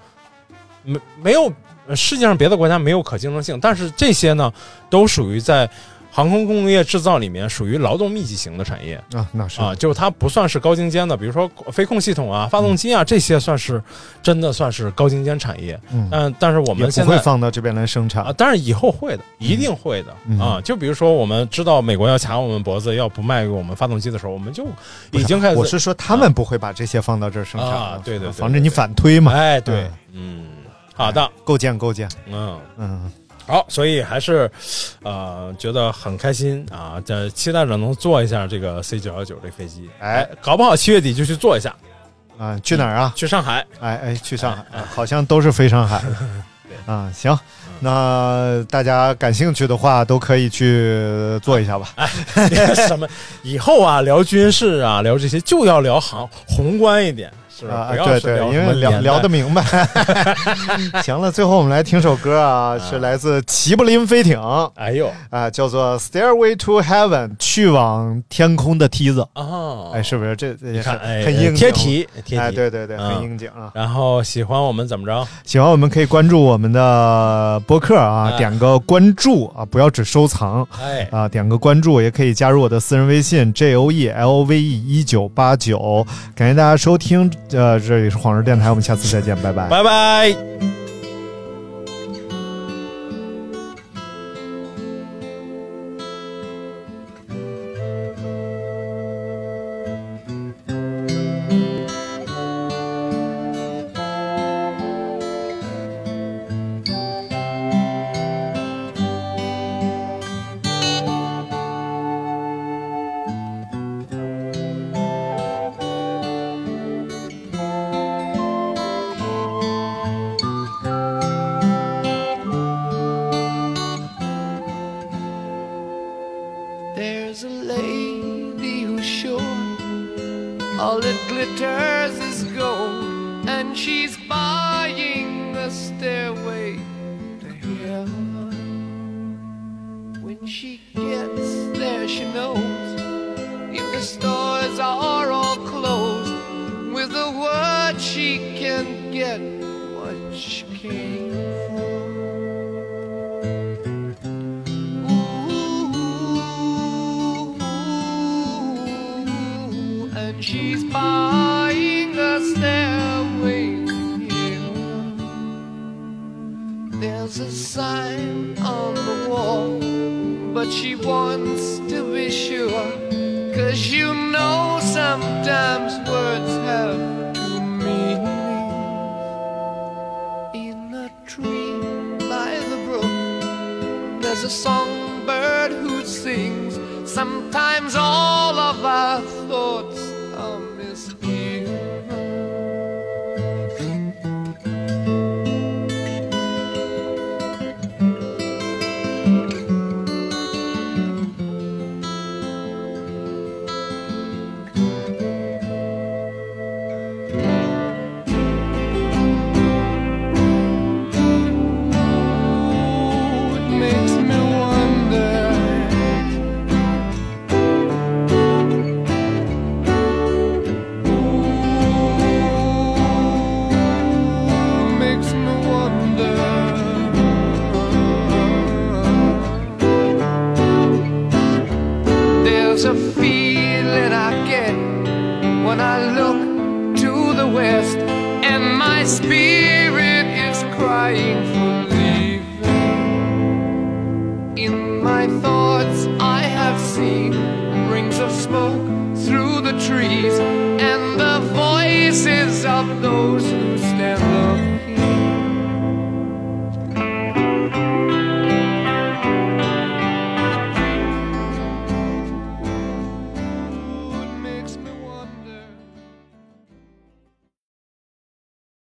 S3: 没没有呃世界上别的国家没有可竞争性，但是这些呢都属于在航空工业制造里面属于劳动密集型的产业，
S2: 啊，那是
S3: 啊，就它不算是高精尖的，比如说飞控系统啊、发动机啊、这些，算是真的算是高精尖产业。
S2: 嗯
S3: 但但是我们
S2: 也
S3: 现
S2: 不会
S3: 在
S2: 放到这边来生产
S3: 啊，但是以后会的，一定会的、
S2: 嗯
S3: 啊。就比如说我们知道美国要卡我们脖子，要不卖给我们发动机的时候，我们就
S2: 不
S3: 已
S2: 是
S3: 经开始。
S2: 我是说他们不会把这些放到这儿生产
S3: 啊对对对
S2: 防止你反推嘛。
S3: 哎，对
S2: 嗯，
S3: 嗯，好的，
S2: 构建构建，
S3: 嗯。
S2: 嗯，
S3: 好，所以还是，呃，觉得很开心啊，这期待着能坐一下这个 C 九幺九这飞机，哎，搞不好七月底就去坐一下，
S2: 啊，去哪儿啊？
S3: 去上海，
S2: 哎哎，去上海，啊好像都是飞上海的。啊，行，那大家感兴趣的话，都可以去做一下吧。
S3: 什么？以后啊，聊军事啊，聊这些就要聊行宏观一点，
S7: 是
S2: 啊，
S7: 不要
S2: 对
S7: 是
S2: 对
S7: 聊，
S2: 因
S7: 什么
S2: 为聊
S7: 年代
S2: 聊得 明白。行了，最后我们来听首歌啊，是来自齐柏林飞艇。
S7: 哎呦
S2: 啊，叫做《Stairway to Heaven》，去往天空的梯子。
S7: 哦，
S2: 哎，是不是这这也
S7: 你
S2: 很
S7: 看，哎，
S2: 很应景
S7: 贴题，贴题，
S2: 哎，对对对，
S7: 嗯
S2: 很应景啊。
S7: 然后喜欢我们怎么着？
S2: 喜欢我们可以关注我们的播客啊，
S7: 哎
S2: 点个关注啊，不要只收藏。
S7: 哎
S2: 啊，点个关注，也可以加入我的私人微信 j o e l v e 一九八九。感谢大家收听，呃，这里是黄石电台，我们下次再见，拜拜。
S7: 拜拜。
S3: There's a lady who's sure all it glitters is gold, and she's buying the stairway to heaven. When she gets there, she knows if the stores are all closed, with a word she can get what she came for. and she's buying a stairway to heaven. There's a sign on the wall, but she wants to be sure. Cause you know sometimes words have two meanings. In a tree by the brook, there's a songbird who sings. Sometimes all of our thoughts are misgiven. It makes me wonder Ooh, makes me wonder There's a feeling I get when I look to the west and my spirit is crying for leaving. In my thoughts, I have seen rings of smoke through the trees and the voices of those